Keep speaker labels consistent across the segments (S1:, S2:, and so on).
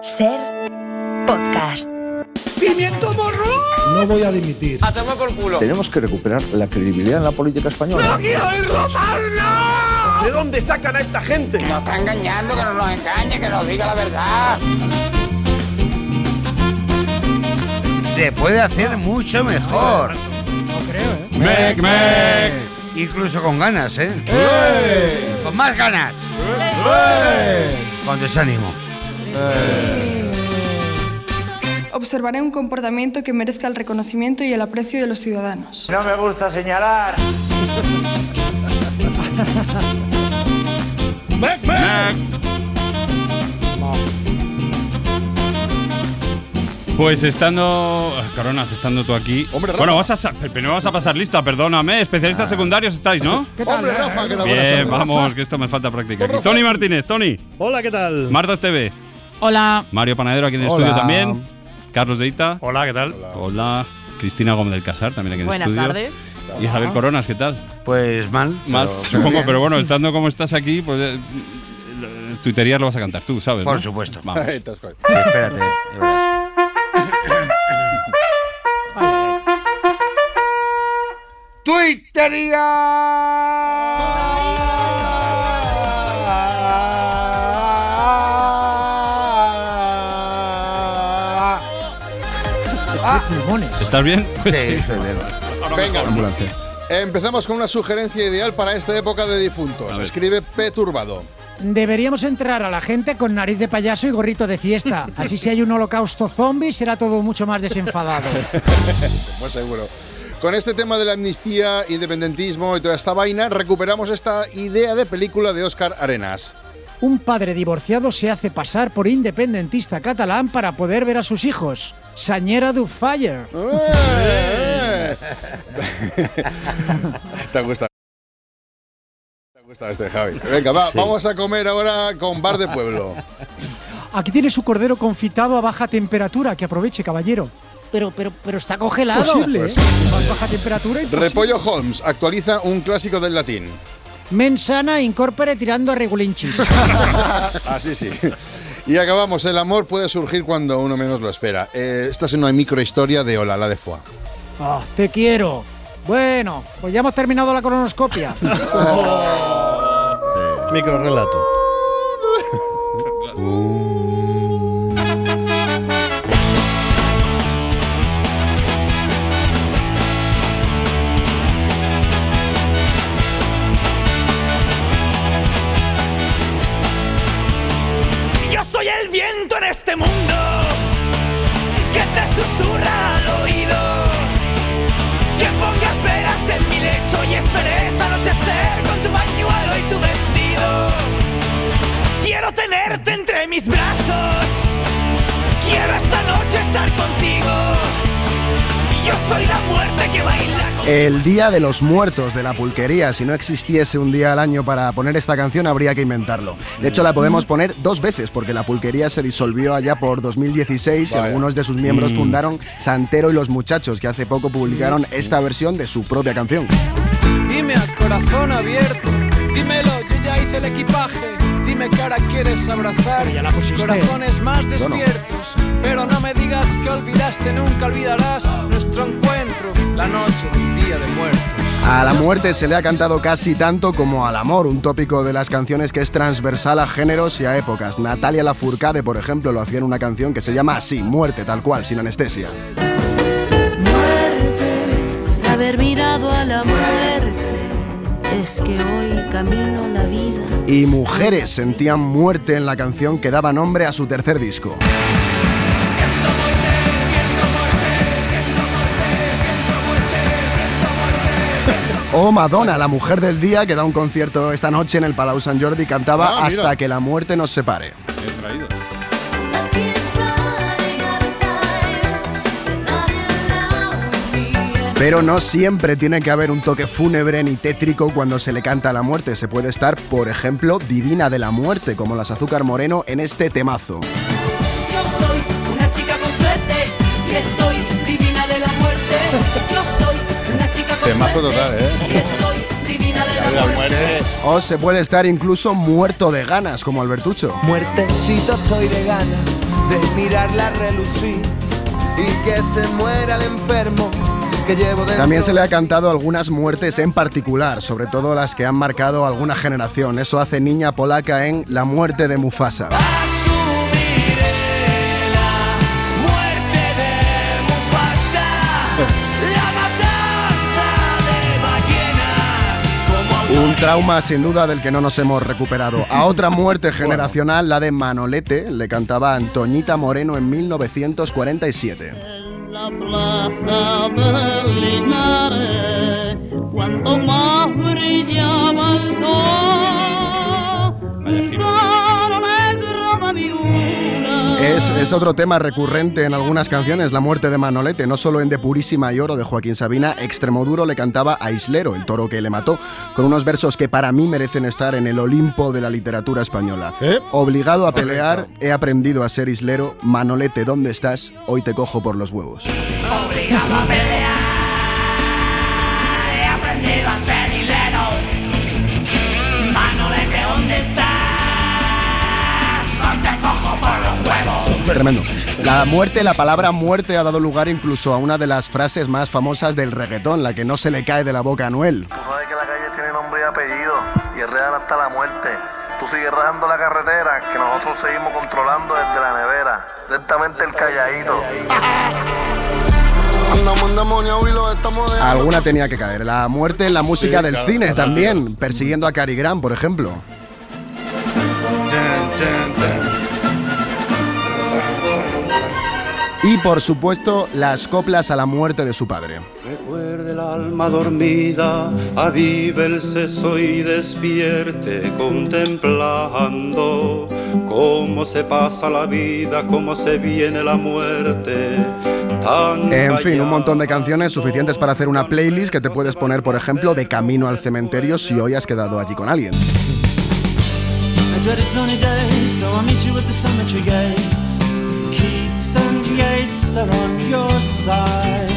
S1: Ser podcast.
S2: ¡Pimiento morro!
S3: No voy a dimitir.
S4: ¡A tomar por culo!
S5: Tenemos que recuperar la credibilidad en la política española.
S4: ¡No quiero oírlo más, no!
S6: ¿De dónde sacan a esta gente?
S7: nos está engañando, que no nos engañe, que nos diga la verdad.
S8: Se puede hacer mucho mejor.
S3: No creo, ¿eh?
S8: Mec, mec. Incluso con ganas, ¿eh?
S3: ¡Eh!
S8: Con más ganas.
S3: ¡Eh!
S8: Con desánimo.
S9: Observaré un comportamiento que merezca el reconocimiento y el aprecio de los ciudadanos.
S4: No me gusta señalar.
S3: ¡Mec, mec!
S10: Pues estando. Coronas, estando tú aquí.
S11: Hombre, Rafa.
S10: bueno, vas a, sa- pero primero vas a pasar lista, perdóname. Especialistas secundarios estáis, ¿no?
S3: ¿Qué tal?
S11: Hombre, Rafa, ¿qué tal? Buenas
S10: Bien,
S11: tardes.
S10: vamos, que esto me falta práctica.
S11: Rafa.
S10: Aquí. Tony Martínez, Tony.
S3: Hola, ¿qué tal?
S10: Marta Esteve.
S12: Hola.
S10: Mario Panadero aquí en el
S3: Hola.
S10: estudio también. Carlos Deita.
S4: Hola, ¿qué tal?
S10: Hola. Cristina Gómez del Casar también aquí en
S12: Buenas
S10: el estudio.
S12: tardes.
S10: Y Javier Coronas, ¿qué tal?
S8: Pues mal.
S10: Mal,
S8: pero-
S10: supongo,
S8: bien.
S10: pero bueno, estando como estás aquí, pues. eh, eh, Tuiterías lo vas a cantar tú, ¿sabes?
S8: Por
S10: no?
S8: supuesto.
S10: Vamos.
S11: Ahí estás, coño.
S8: Espérate, eh, de verdad. Twittería.
S3: Ah.
S4: Ah.
S3: Pulmones.
S10: ¿Estás bien?
S8: Sí,
S10: Pues sí.
S8: estoy bien.
S11: Venga,
S8: Ambulancia.
S11: Eh, empezamos con una sugerencia ideal para esta época de difuntos.
S10: ver.
S11: Escribe P. Turbado.
S2: Deberíamos entrar a la gente con nariz de payaso y gorrito de fiesta. Así si hay un holocausto zombie será todo mucho más desenfadado.
S11: Pues seguro. Con este tema de la amnistía, independentismo y toda esta vaina, recuperamos esta idea de película de Óscar Arenas.
S2: Un padre divorciado se hace pasar por independentista catalán para poder ver a sus hijos. Sañera du Fire.
S11: ¡Eh! Te gusta. Te gusta este, Javi. Venga, va, vamos a comer ahora con Bar de Pueblo.
S2: Aquí tiene su cordero confitado a baja temperatura. Que aproveche, caballero.
S12: Pero, pero, pero está congelado.
S2: Posible,
S11: Pues
S2: ¿eh? Más baja temperatura y
S11: Repollo Holmes actualiza un clásico del latín.
S2: Mensana incorpore tirando a regulinchis.
S11: Así sí. Y acabamos. El amor puede surgir cuando uno menos lo espera. Eh, esta es una microhistoria de Hola, la de Foa.
S2: Ah, te quiero. Bueno, pues ya hemos terminado la colonoscopia.
S8: Micro relato.
S4: Yo soy el viento en este mundo que te susurra al oído. Que pongas velas en mi lecho y esperes anochecer con tu pañuelo y tu vestido. Quiero tenerte entre mis brazos. Quiero esta noche estar contigo. Yo soy la muerte que baila con
S13: El Día de los Muertos de la Pulquería. Si no existiese un día al año para poner esta canción, habría que inventarlo. De hecho, la podemos poner dos veces, porque la Pulquería se disolvió allá por 2016.
S11: Vaya.
S13: Algunos de sus miembros fundaron Santero y los Muchachos, que hace poco publicaron esta versión de su propia canción.
S7: Dime a corazón abierto, dímelo, yo ya hice el equipaje. Dime que ahora quieres abrazar.
S2: Pero ya la pusiste.
S7: Corazones más despiertos, pero no me digas que olvidaste, nunca olvidarás nuestro encuentro, la noche del día de muertos.
S13: A la muerte se le ha cantado casi tanto como al amor, un tópico de las canciones que es transversal a géneros y a épocas. Natalia Lafourcade, por ejemplo, lo hacía en una canción que se llama así, Muerte, tal cual, sin anestesia.
S12: Muerte, de haber mirado a la muerte. Es que hoy camino la vida.
S13: y mujeres sentían muerte en la canción que daba nombre a su tercer disco. Oh Madonna, la mujer del día que da un concierto esta noche en el Palau San Jordi cantaba
S11: Ah, mira.
S13: Hasta que la muerte nos separe.
S10: He traído.
S13: Pero no siempre tiene que haber un toque fúnebre ni tétrico cuando se le canta a la muerte. Se puede estar, por ejemplo, divina de la muerte, como las Azúcar Moreno en este temazo.
S12: Yo soy una chica con suerte y estoy divina de la muerte. Yo soy una chica con
S11: Temazo
S12: suerte
S11: total, ¿eh?
S12: y estoy divina de la muerte.
S13: O se puede estar incluso muerto de ganas, como Albertucho.
S7: Muertecito estoy de gana
S6: de mirarla relucir y que se muera el enfermo que llevo dentro.
S13: También se le ha cantado algunas muertes en particular, sobre todo las que han marcado alguna generación. Eso hace Niña Polaca en La muerte de Mufasa. Un trauma sin duda del que no nos hemos recuperado. A otra muerte generacional, la de Manolete, le cantaba Antoñita Moreno en 1947.
S14: la plaza del Linares, cuando más brillaba el sol, un claro negro de viuda.
S13: Es, es otro tema recurrente en algunas canciones, la muerte de Manolete, no solo en De Purísima y Oro de Joaquín Sabina, Extremoduro le cantaba a Islero, el toro que le mató, con unos versos que para mí merecen estar en el Olimpo de la literatura española. Obligado a pelear, he aprendido a ser Islero, Manolete, ¿dónde estás? Hoy te cojo por los huevos.
S4: Obligado a pelear, he aprendido a ser hilero. Manolete, ¿dónde estás? Hoy te cojo por los huevos.
S13: Tremendo. La muerte, la palabra muerte ha dado lugar incluso a una de las frases más famosas del reggaetón, la que no se le cae de la boca a Noel.
S15: Tú sabes que la calle tiene nombre y apellido y es real hasta la muerte. Tú sigues rajando la carretera que nosotros seguimos controlando desde la nevera. Lentamente el calladito. Andamos endemoniados y los estamos de...
S13: Alguna tenía que caer. La muerte en la música
S15: Sí,
S13: del
S15: claro,
S13: cine
S15: claro,
S13: también, persiguiendo a Cary Grant, por ejemplo. Y por supuesto, las coplas a la muerte de su padre.
S16: Recuerde el alma dormida, avive el seso y despierte contemplando cómo se pasa la vida, cómo se viene la muerte. Tan
S13: En fin, un montón de canciones suficientes para hacer una playlist que te puedes poner, por ejemplo, de camino al cementerio si hoy has quedado allí con alguien.
S17: I dreaded sunny days, so I meet you at the cemetery gates. Keats and Yates are on your side.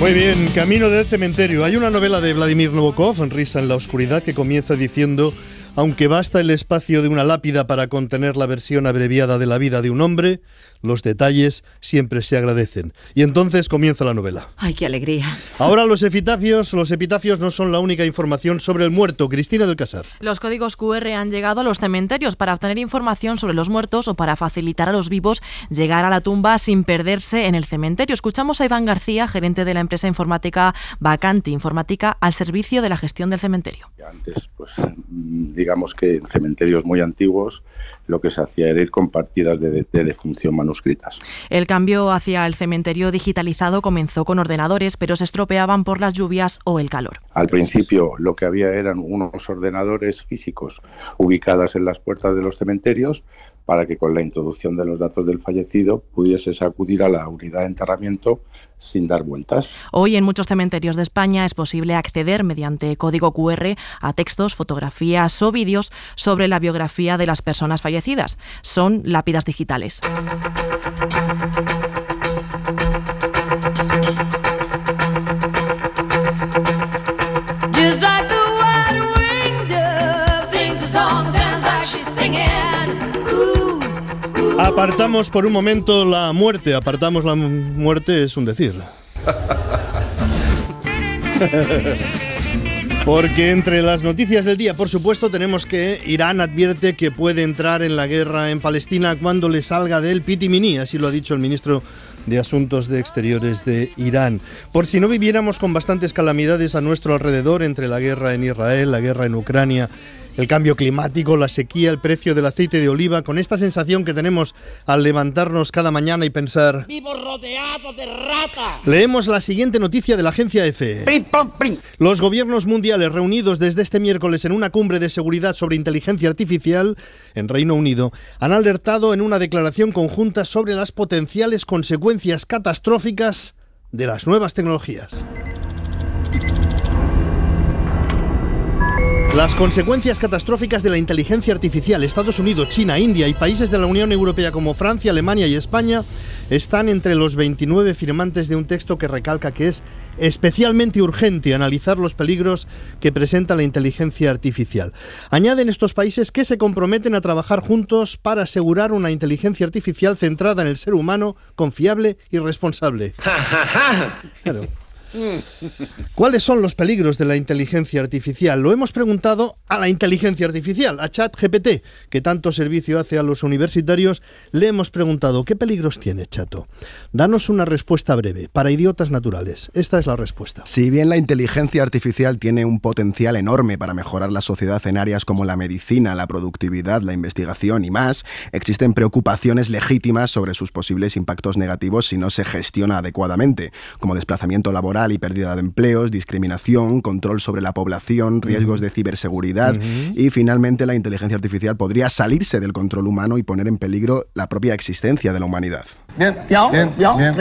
S3: Muy bien, Camino del Cementerio. Hay una novela de Vladimir Nabokov, Risa en la Oscuridad, que comienza diciendo, aunque basta el espacio de una lápida para contener la versión abreviada de la vida de un hombre, los detalles siempre se agradecen. Y entonces comienza la novela.
S18: Ay, qué alegría.
S3: Ahora los epitafios, los epitafios no son la única información sobre el muerto. Cristina del Casar.
S19: Los códigos QR han llegado a los cementerios para obtener información sobre los muertos o para facilitar a los vivos llegar a la tumba sin perderse en el cementerio. Escuchamos a Iván García, gerente de la empresa informática Vacante Informática, al servicio de la gestión del cementerio.
S20: Antes, pues mm, digamos que en cementerios muy antiguos lo que se hacía era ir con partidas de, de- de defunción manuscritas.
S19: El cambio hacia el cementerio digitalizado comenzó con ordenadores, pero se estropeaban por las lluvias o el calor.
S20: Al principio lo que había eran unos ordenadores físicos ubicadas en las puertas de los cementerios para que con la introducción de los datos del fallecido pudieses acudir a la unidad de enterramiento sin dar vueltas.
S19: Hoy en muchos cementerios de España es posible acceder mediante código QR a textos, fotografías o vídeos sobre la biografía de las personas fallecidas. Son lápidas digitales.
S12: Just like the white winged dove sings a song, sounds like she's singing. Ooh,
S3: Apartamos por un momento la muerte. Apartamos la mu- muerte es un decir. Porque entre las noticias del día, por supuesto, tenemos que Irán advierte que puede entrar en la guerra en Palestina cuando le salga del pitiminí, así lo ha dicho el ministro de Asuntos de Exteriores de Irán. Por si no viviéramos con bastantes calamidades a nuestro alrededor, entre la guerra en Israel, la guerra en Ucrania, el cambio climático, la sequía, el precio del aceite de oliva, con esta sensación que tenemos al levantarnos cada mañana y pensar... ¡Vivo rodeado de ratas! Leemos la siguiente noticia de la agencia EFE. Los gobiernos mundiales reunidos desde este miércoles en una cumbre de seguridad sobre inteligencia artificial en Reino Unido han alertado en una declaración conjunta sobre las potenciales consecuencias catastróficas de las nuevas tecnologías. Las consecuencias catastróficas de la inteligencia artificial. Estados Unidos, China, India y países de la Unión Europea como Francia, Alemania y España están entre los 29 firmantes de un texto que recalca que es especialmente urgente analizar los peligros que presenta la inteligencia artificial. Añaden estos países que se comprometen a trabajar juntos para asegurar una inteligencia artificial centrada en el ser humano, confiable y responsable. Claro. ¿Cuáles son los peligros de la inteligencia artificial? Lo hemos preguntado a la inteligencia artificial, a ChatGPT, que tanto servicio hace a los universitarios. Le hemos preguntado, ¿qué peligros tiene Chato? Danos una respuesta breve, para idiotas naturales. Esta es la respuesta.
S13: Si bien la inteligencia artificial tiene un potencial enorme para mejorar la sociedad en áreas como la medicina, la productividad, la investigación y más, existen preocupaciones legítimas sobre sus posibles impactos negativos si no se gestiona adecuadamente, como desplazamiento laboral y pérdida de empleos, discriminación, control sobre la población, riesgos de ciberseguridad
S18: Ujú.
S13: y finalmente la inteligencia artificial podría salirse del control humano y poner en peligro la propia existencia de la humanidad.
S3: Bien,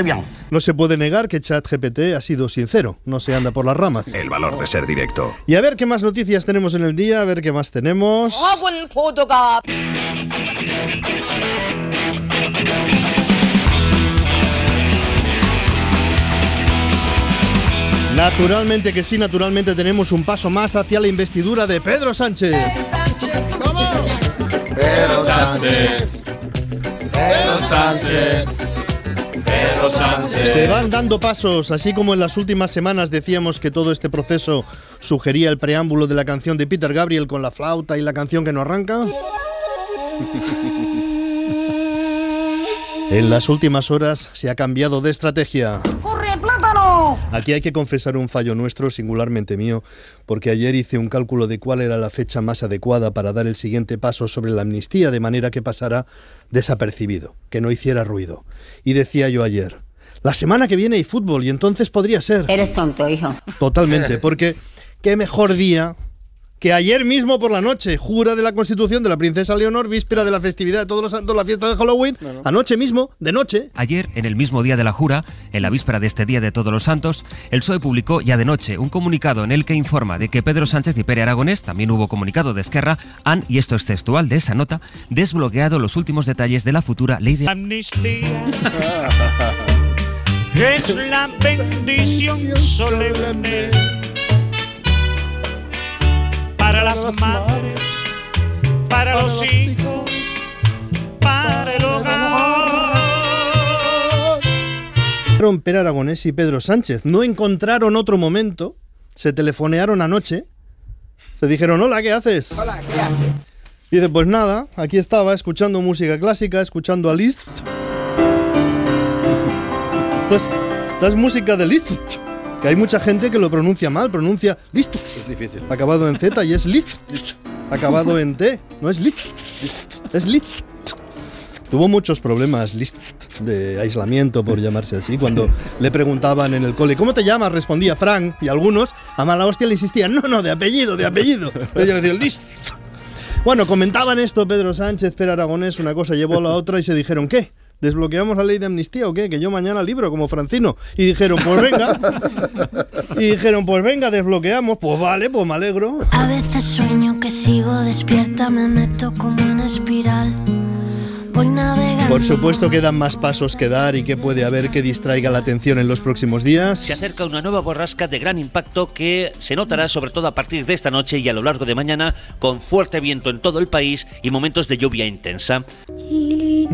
S3: bien, No se puede negar que ChatGPT ha sido sincero, no se anda por las ramas.
S21: El valor de ser directo.
S3: Y a ver qué más noticias tenemos en el día, a ver qué más tenemos. Naturalmente que sí, naturalmente tenemos un paso más hacia la investidura de Pedro Sánchez.
S4: Pedro Sánchez. Pedro Sánchez. Pedro Sánchez.
S3: Se van dando pasos, así como en las últimas semanas decíamos que todo este proceso sugería el preámbulo de la canción de Peter Gabriel con la flauta y la canción que no arranca. En las últimas horas se ha cambiado de estrategia.
S4: ¡Corre, plátano!
S3: Aquí hay que confesar un fallo nuestro, singularmente mío, porque ayer hice un cálculo de cuál era la fecha más adecuada para dar el siguiente paso sobre la amnistía de manera que pasara desapercibido, que no hiciera ruido. Y decía yo ayer, la semana que viene hay fútbol y entonces podría ser.
S22: Eres tonto, hijo.
S3: Totalmente, porque qué mejor día que ayer mismo por la noche, jura de la constitución de la princesa Leonor, víspera de la festividad de todos los santos, la fiesta de Halloween, anoche mismo, de noche,
S23: Ayer, en el mismo día de la jura, en la víspera de este Día de Todos los Santos, el PSOE E publicó ya de noche un comunicado en el que informa de que Pedro Sánchez y Pere Aragonés, también hubo comunicado de Esquerra, han, y esto es textual de esa nota, desbloqueado los últimos detalles de la futura ley de...
S4: Es la bendición solemne para las madres, para los hijos, para el hogar.
S3: Fueron Pere Aragonés y Pedro Sánchez. No encontraron otro momento. Se telefonearon anoche. Se dijeron, hola, ¿qué haces? Hola, ¿qué haces? Dice, pues nada, aquí estaba escuchando música clásica, escuchando a Liszt. Entonces, esta es música de Liszt. Que hay mucha gente que lo pronuncia mal, pronuncia Liszt. Es
S11: difícil.
S3: Acabado en Z y es Liszt. Acabado en T, no es Liszt. Es Liszt. Tuvo muchos problemas Liszt de aislamiento, por llamarse así, cuando le preguntaban en el cole, ¿cómo te llamas? Respondía Frank, y algunos a mala hostia le insistían, no, no, de apellido, de apellido. Ella decía, Liszt. Bueno, comentaban esto Pedro Sánchez, Pere Aragonés, una cosa llevó a la otra y se dijeron, ¿qué? ¿Desbloqueamos la ley de amnistía o qué? Que yo mañana libro como Francino. Y dijeron, pues venga. Y dijeron, pues venga, desbloqueamos. Pues vale, pues me alegro.
S24: A veces sueño que sigo despierta, me meto como en espiral. Voy navegando.
S3: Por supuesto quedan más pasos que dar y que puede haber que distraiga la atención en los próximos días.
S25: Se acerca una nueva borrasca de gran impacto que se notará sobre todo a partir de esta noche y a lo largo de mañana con fuerte viento en todo el país y momentos de lluvia intensa.
S3: Pues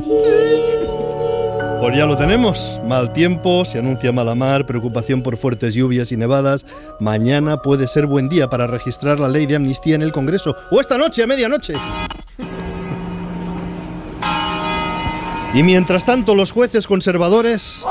S3: ya lo tenemos. Mal tiempo, se anuncia mala mar, preocupación por fuertes lluvias y nevadas. Mañana puede ser buen día para registrar la ley de amnistía en el Congreso o esta noche a medianoche. Y mientras tanto, los jueces conservadores,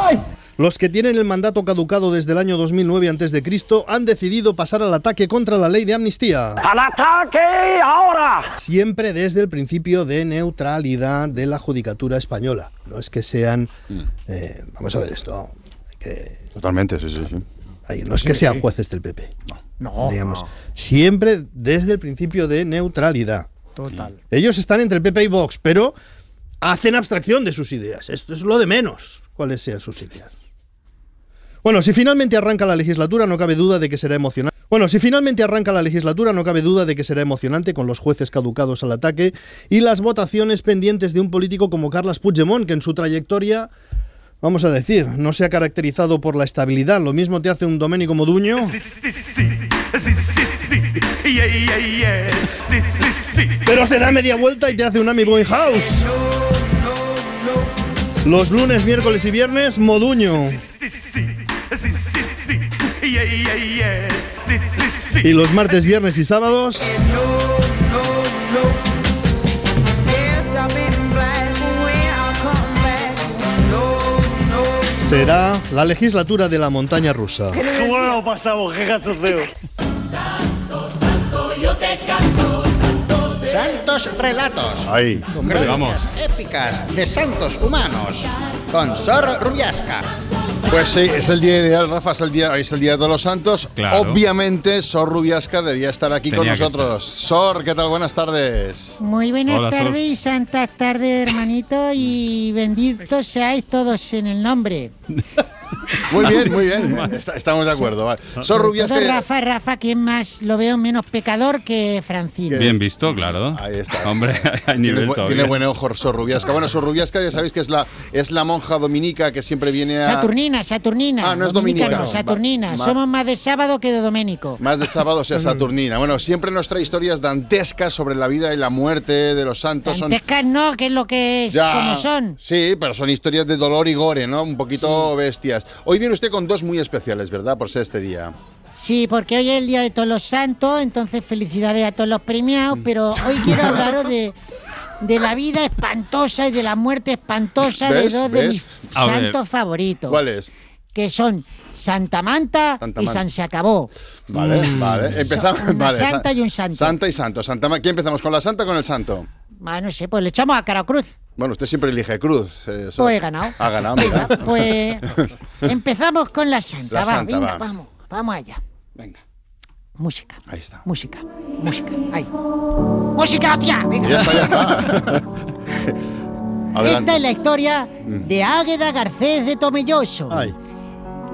S3: los que tienen el mandato caducado desde el año 2009 a.C., han decidido pasar al ataque contra la ley de amnistía.
S4: ¡Al ataque ahora!
S3: Siempre desde el principio de neutralidad de la judicatura española. No es que sean. eh, vamos a ver esto.
S11: Totalmente, sí, sí, sí.
S3: Ahí, no es que
S11: Sí.
S3: sean jueces del PP.
S11: No.
S3: Digamos, siempre desde el principio de neutralidad.
S2: Total.
S3: Ellos están entre el PP y Vox, pero hacen abstracción de sus ideas. Esto es lo de menos, cuáles sean sus ideas. Bueno, si finalmente arranca la legislatura, no cabe duda de que será emocionante. Bueno, si finalmente arranca la legislatura, no cabe duda de que será emocionante con los jueces caducados al ataque y las votaciones pendientes de un político como Carles Puigdemont, que en su trayectoria vamos a decir, no se ha caracterizado por la estabilidad. Lo mismo te hace un Domenico Moduño.
S4: Yeah, yeah, yeah. Sí, sí, sí.
S3: Pero se da media vuelta y te hace un Ami Boy House. Los lunes, miércoles y viernes, Moduño.
S4: Yeah, yeah, yeah. Sí, sí, sí.
S3: Y los martes, viernes y sábados,
S1: Yes, I've been black when I come back. No, no.
S3: será la legislatura de la montaña rusa.
S4: ¿Cómo no lo pasamos? ¡Qué cachondeo! Santo, santo, yo te canto.
S8: Santos relatos.
S11: Ahí.
S8: Con vamos. épicas de santos humanos. Con Sor Rubiasca.
S11: Pues sí, es el día ideal, Rafa, es el día, hoy es el día de todos los santos.
S10: Claro.
S11: Obviamente, Sor Rubiasca debía estar aquí
S10: Tenía
S11: con
S10: que
S11: nosotros. Sor, ¿qué tal? Buenas tardes.
S5: Muy buenas
S11: Hola, Sol.
S5: tardes y santas tardes, hermanito, y benditos seáis todos en el nombre.
S10: Ah,
S11: Muy bien, muy bien. Está- estamos de acuerdo. Vale. Sor Rubiasca.
S5: Todo Rafa, Rafa, que es más, lo veo menos pecador que Francino.
S10: Bien visto, claro. Ahí
S11: está.
S10: Hombre, hay
S11: Tiene,
S10: nivel
S11: bu-
S10: todavía.
S11: tiene buen ojo Sor Rubiasca. Bueno, Sor Rubiasca ya sabéis que es la, es la monja dominica que siempre viene a...
S5: Saturnina, Saturnina.
S11: Ah, no es
S5: Dominica,
S11: dominica.
S5: no, Saturnina.
S11: Va- va-
S5: Somos más de sábado que de doménico.
S11: Más de sábado, o sea, Saturnina. Bueno, siempre nos trae historias dantescas sobre la vida y la muerte de los santos. Son
S5: Pescas no, que es lo que es,
S11: Ya.
S5: como son.
S11: Sí, pero son historias de dolor y gore, ¿no? Un poquito bestias. Hoy viene usted con dos muy especiales, ¿verdad? Por ser este día.
S5: Sí, porque hoy es el Día de Todos los Santos, entonces felicidades a todos los
S11: Mm.
S5: premiados, pero hoy quiero hablaros de, de la vida espantosa y de la muerte espantosa de
S11: ¿Ves?
S5: dos de
S11: ¿Ves?
S5: mis
S11: A ver.
S5: santos favoritos.
S11: ¿Cuál es?
S5: Que son Santa Manta
S11: Santa
S5: y
S11: Man-
S5: San Se Acabó. Mm.
S11: Vale, vale. Empezamos.
S5: Una
S11: vale, sa-
S5: santa y un santo.
S11: Santa y santo. Santa, Ma- ¿Qué empezamos? ¿Con la santa o con el santo?
S5: Ah, no sé, pues le echamos a cara cruz.
S11: Bueno, usted siempre elige cruz. eh, Sor.
S5: Pues he ganado.
S11: Ha ganado, mira.
S5: Pues empezamos con la Santa.
S11: La
S5: va,
S11: Santa,
S5: venga,
S11: va.
S5: vamos, vamos allá.
S11: Venga.
S5: Música,
S11: Ahí está.
S5: música, música. Ahí. Música, hostia. Venga.
S11: Ya está, ya está.
S5: Esta
S11: Adelante.
S5: es la historia de Águeda Garcés de Tomelloso.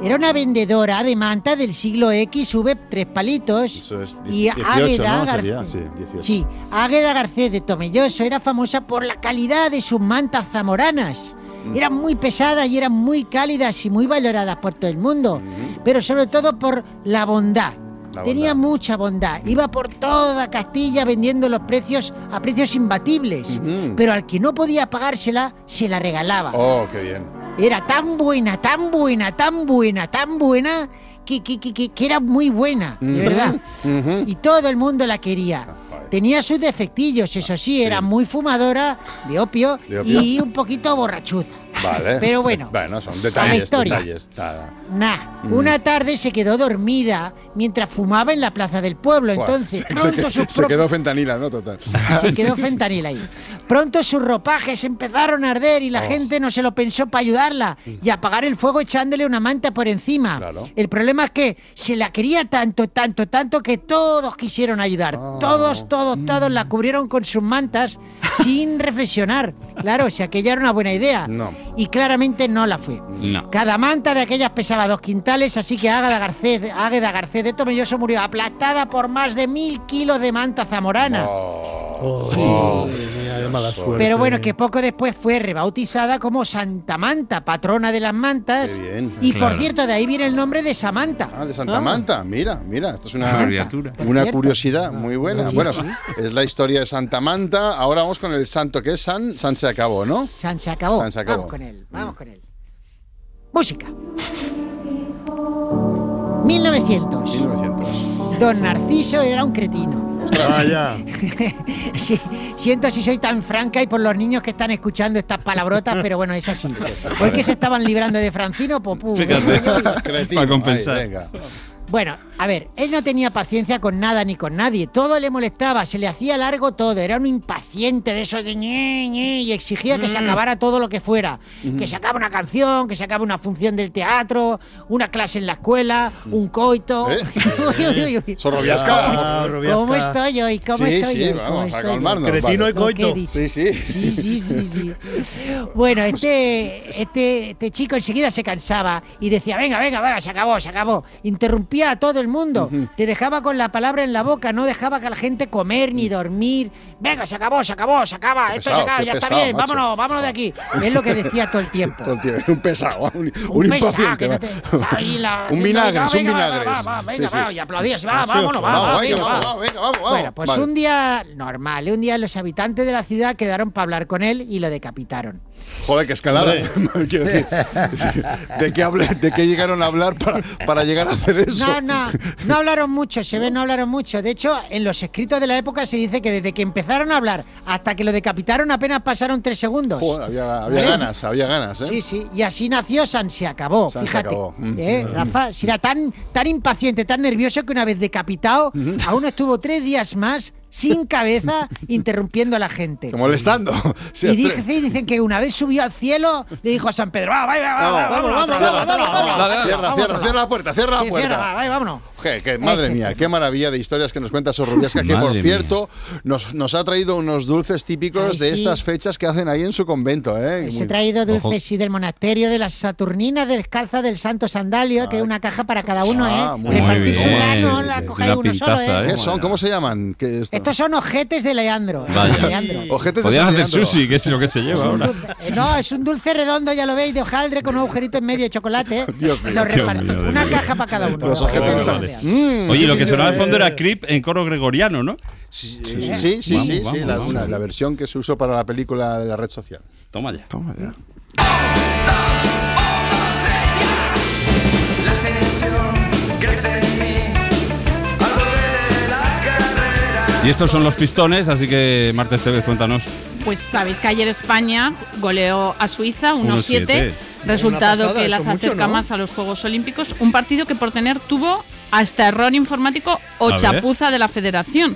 S5: Era una vendedora de manta del siglo X, sube tres palitos.
S11: Eso es
S5: y
S11: 18,
S5: Águeda
S11: ¿no?
S5: Garcés.
S11: Sería, sí, 18.
S5: Sí, Águeda Garcés de Tomelloso era famosa por la calidad de sus mantas zamoranas. Eran muy pesadas y eran muy cálidas y muy valoradas por todo el mundo,
S2: Mm.
S5: pero sobre todo por la bondad.
S18: La
S5: Tenía mucha bondad. Iba por toda Castilla vendiendo los precios a precios imbatibles, pero al que no podía pagársela se la regalaba.
S11: Oh, qué bien.
S5: Era tan buena, tan buena, tan buena, tan buena que, que- que- que- que era muy buena, de
S11: Ujú.
S5: verdad.
S11: Ujú. Ah,
S5: Y todo el mundo la quería. Tenía sus defectillos, eso sí, era muy fumadora de opio,
S11: De opio.
S5: y un poquito borrachuza.
S11: Vale.
S5: Pero bueno,
S11: Bueno, son
S5: a la
S11: detalles,
S5: historia.
S11: detalles. ta-
S5: Nah,
S11: Mm.
S5: una tarde se quedó dormida mientras fumaba en la plaza del pueblo.
S11: Buah,
S5: Entonces,
S11: se- se,
S5: pronto
S11: que-
S5: sus
S11: se
S5: propios-
S11: quedó fentanila, ¿no? Total.
S5: Se quedó fentanil ahí. Pronto sus ropajes empezaron a arder y la
S11: Oh.
S5: gente no se lo pensó para ayudarla y apagar el fuego echándole una manta por encima. El problema es que se la quería tanto, tanto, tanto que todos quisieron ayudar.
S11: Oh.
S5: Todos, todos, todos la cubrieron con sus mantas sin reflexionar. Claro, o sea, que ya era una buena idea.
S11: No.
S5: Y claramente no la fue.
S10: No.
S5: Cada manta de aquellas pesaba dos quintales, así que Águeda Garcés, Águeda Garcés de Tomelloso murió aplastada por más de mil kilos de manta zamorana.
S11: Oh.
S5: Pero bueno, que poco después fue rebautizada como Santa Manta, patrona de las mantas.
S11: Qué bien.
S5: Y
S11: Claro.
S5: por cierto, de ahí viene el nombre de Samantha. Ah,
S11: de Santa Manta, mira, mira, esto es
S5: Santa.
S11: una,
S5: Abreviatura.
S11: una
S5: Cierto. Ah,
S11: curiosidad muy buena.
S5: Sí,
S11: bueno,
S5: sí.
S11: es la historia de Santa Manta. Ahora vamos con el santo que es San. San se acabó, ¿no?
S5: San se acabó.
S11: San se acabó.
S5: Ah, Vamos con él, vamos con él. Música. 1900.
S11: 1900.
S5: Don Narciso era un cretino. Sí, siento si soy tan franca y por los niños que están escuchando estas palabrotas, pero bueno, es así. ¿O es que se estaban librando de Francino? Popú.
S10: Para compensar.
S11: Ahí, venga.
S5: Bueno, a ver, él no tenía paciencia con nada ni con nadie. Todo le molestaba, se le hacía largo todo. Era un impaciente de esos de ñe, ñe, y exigía que se
S11: Mm.
S5: acabara todo lo que fuera.
S18: Mm.
S5: Que se acaba una canción, que se acaba una función del teatro, una clase en la escuela,
S11: Mm.
S5: un coito.
S11: Eh,
S5: Uy, uy, uy, uy.
S11: Sor Rubiasca,
S5: ¿Cómo-
S11: por
S3: Ah,
S11: favor.
S5: ¿Cómo, estoy hoy? ¿Cómo
S11: eh, sí,
S5: estoy
S11: sí,
S5: hoy? ¿Cómo
S11: vamos, a
S5: estoy hoy?
S11: calmarnos.
S5: Cretino y coito. Lo que he dicho.
S11: Sí, sí.
S5: Sí, sí, sí, sí. Bueno, este, este, este chico enseguida se cansaba y decía, venga, venga, venga, se acabó, se acabó. Interrumpía recogía a todo el mundo. Te dejaba con la palabra en la boca, no dejaba que la gente comer ni dormir. Venga, se acabó, se acabó, se acaba,
S11: Qué
S5: esto
S11: pesado,
S5: se acaba,
S11: qué
S5: ya está
S11: pesado,
S5: bien,
S11: macho.
S5: vámonos, vámonos de aquí. Es lo que decía todo el tiempo.
S11: Todo el tiempo, Un pesado, un, un
S5: pesado,
S11: impaciente.
S5: que no
S11: va.
S5: te- ahí la-
S11: un
S5: venga,
S11: vinagres, un
S5: venga, va, va,
S11: vinagres.
S5: va, va,
S11: Sí,
S5: venga,
S11: sí.
S5: va, y aplaudías, va,
S11: Gracioso,
S5: vámonos, va, va,
S11: venga,
S5: venga,
S11: vamos,
S5: va.
S11: vamos, venga, vamos, vamos.
S5: Bueno, pues
S11: Vale.
S5: un día normal, ¿eh? un día los habitantes de la ciudad quedaron para hablar con él y lo decapitaron.
S11: Joder, qué escalada. Quiero decir, ¿de qué, hablé- ¿de qué llegaron a hablar para, para llegar a hacer eso?
S5: No, no, no hablaron mucho, se ve, no hablaron mucho. De hecho, en los escritos de la época se dice que desde que empezaron a hablar hasta que lo decapitaron apenas pasaron tres segundos.
S11: Joder, había, había
S5: ¿Eh?
S11: ganas, había ganas, ¿eh?
S5: Sí, sí, y así nació San se acabó,
S11: San se
S5: fíjate.
S11: acabó. Mm.
S5: ¿Eh,
S11: Mm.
S5: Rafa, si era tan, tan impaciente, tan nervioso que una vez decapitado,
S11: Mm-hmm.
S5: aún estuvo tres días más sin cabeza interrumpiendo a la gente.
S11: Que Molestando. Sí,
S5: y
S11: tres-
S5: dice- dicen que una vez subió al cielo, le dijo a San Pedro, "Ah, "Va, va, va, va, va,
S11: Ah, Vamos,
S5: vámonos,
S11: vamos,
S5: otra vez,
S11: vamos,
S5: vámonos,
S11: vamos,
S5: vámonos,
S11: vamos. Cierra,
S5: vámonos,
S11: cierra,
S5: vámonos".
S11: cierra la puerta, cierra la
S5: Sí,
S11: puerta.
S5: va, va, vámonos.
S11: Joder, que- madre
S5: Ese.
S11: mía, qué maravilla de historias que nos cuenta Sorrubiasca, que por
S7: Madre
S11: cierto nos, nos ha traído unos dulces típicos
S5: Ay,
S11: de
S5: sí.
S11: estas fechas que hacen ahí en su convento. ¿eh?
S5: Os
S11: Muy-
S5: he traído dulces
S11: Ojo.
S5: y del monasterio de las Saturninas descalza del Santo Sandalio, que es una caja para cada uno,
S11: Ah,
S5: ¿eh?
S11: muy bien.
S5: Repartir su
S11: Muy
S5: grano,
S11: bien.
S5: la cojáis uno solo, ¿eh?
S11: ¿Qué son? ¿Cómo se llaman? ¿Qué es esto?
S5: Estos son ojetes de Leandro. ¿eh?
S10: Vaya.
S5: Leandro.
S11: Ojetes de
S10: Podrían
S11: San
S10: hacer
S11: Leandro.
S10: sushi, que es lo que se lleva ahora.
S5: Eh, No, es un dulce redondo, ya lo veis, de hojaldre con un agujerito en medio de chocolate. ¿eh?
S11: Dios mío.
S5: Lo repartí.
S10: Dios mío, Dios
S5: Una
S10: mío.
S5: caja para cada uno.
S11: Los ojetes
S10: Vale,
S11: de San-
S10: vale.
S11: Mm,
S10: Oye,
S11: qué
S10: lo que sonaba al
S11: bien.
S10: fondo era Creep en coro gregoriano, ¿no?
S11: Sí, sí, sí, sí,
S10: Vamos,
S11: sí,
S10: vamos,
S11: la,
S10: vamos.
S11: la- la versión que se usó para la película de la red social.
S10: Toma ya.
S11: Toma ya.
S4: La tensión crece en mí al volver de la carrera.
S10: Y estos son los pistones, así que Martes TV, cuéntanos.
S9: Pues sabéis que ayer España goleó a Suiza 1-7,
S10: 1-7.
S9: resultado
S18: Una pasada,
S9: que las
S18: eso mucho,
S9: acerca
S18: ¿no?
S9: más a los Juegos Olímpicos, un partido que por tener tuvo hasta error informático o
S18: A ver.
S9: chapuza de la federación,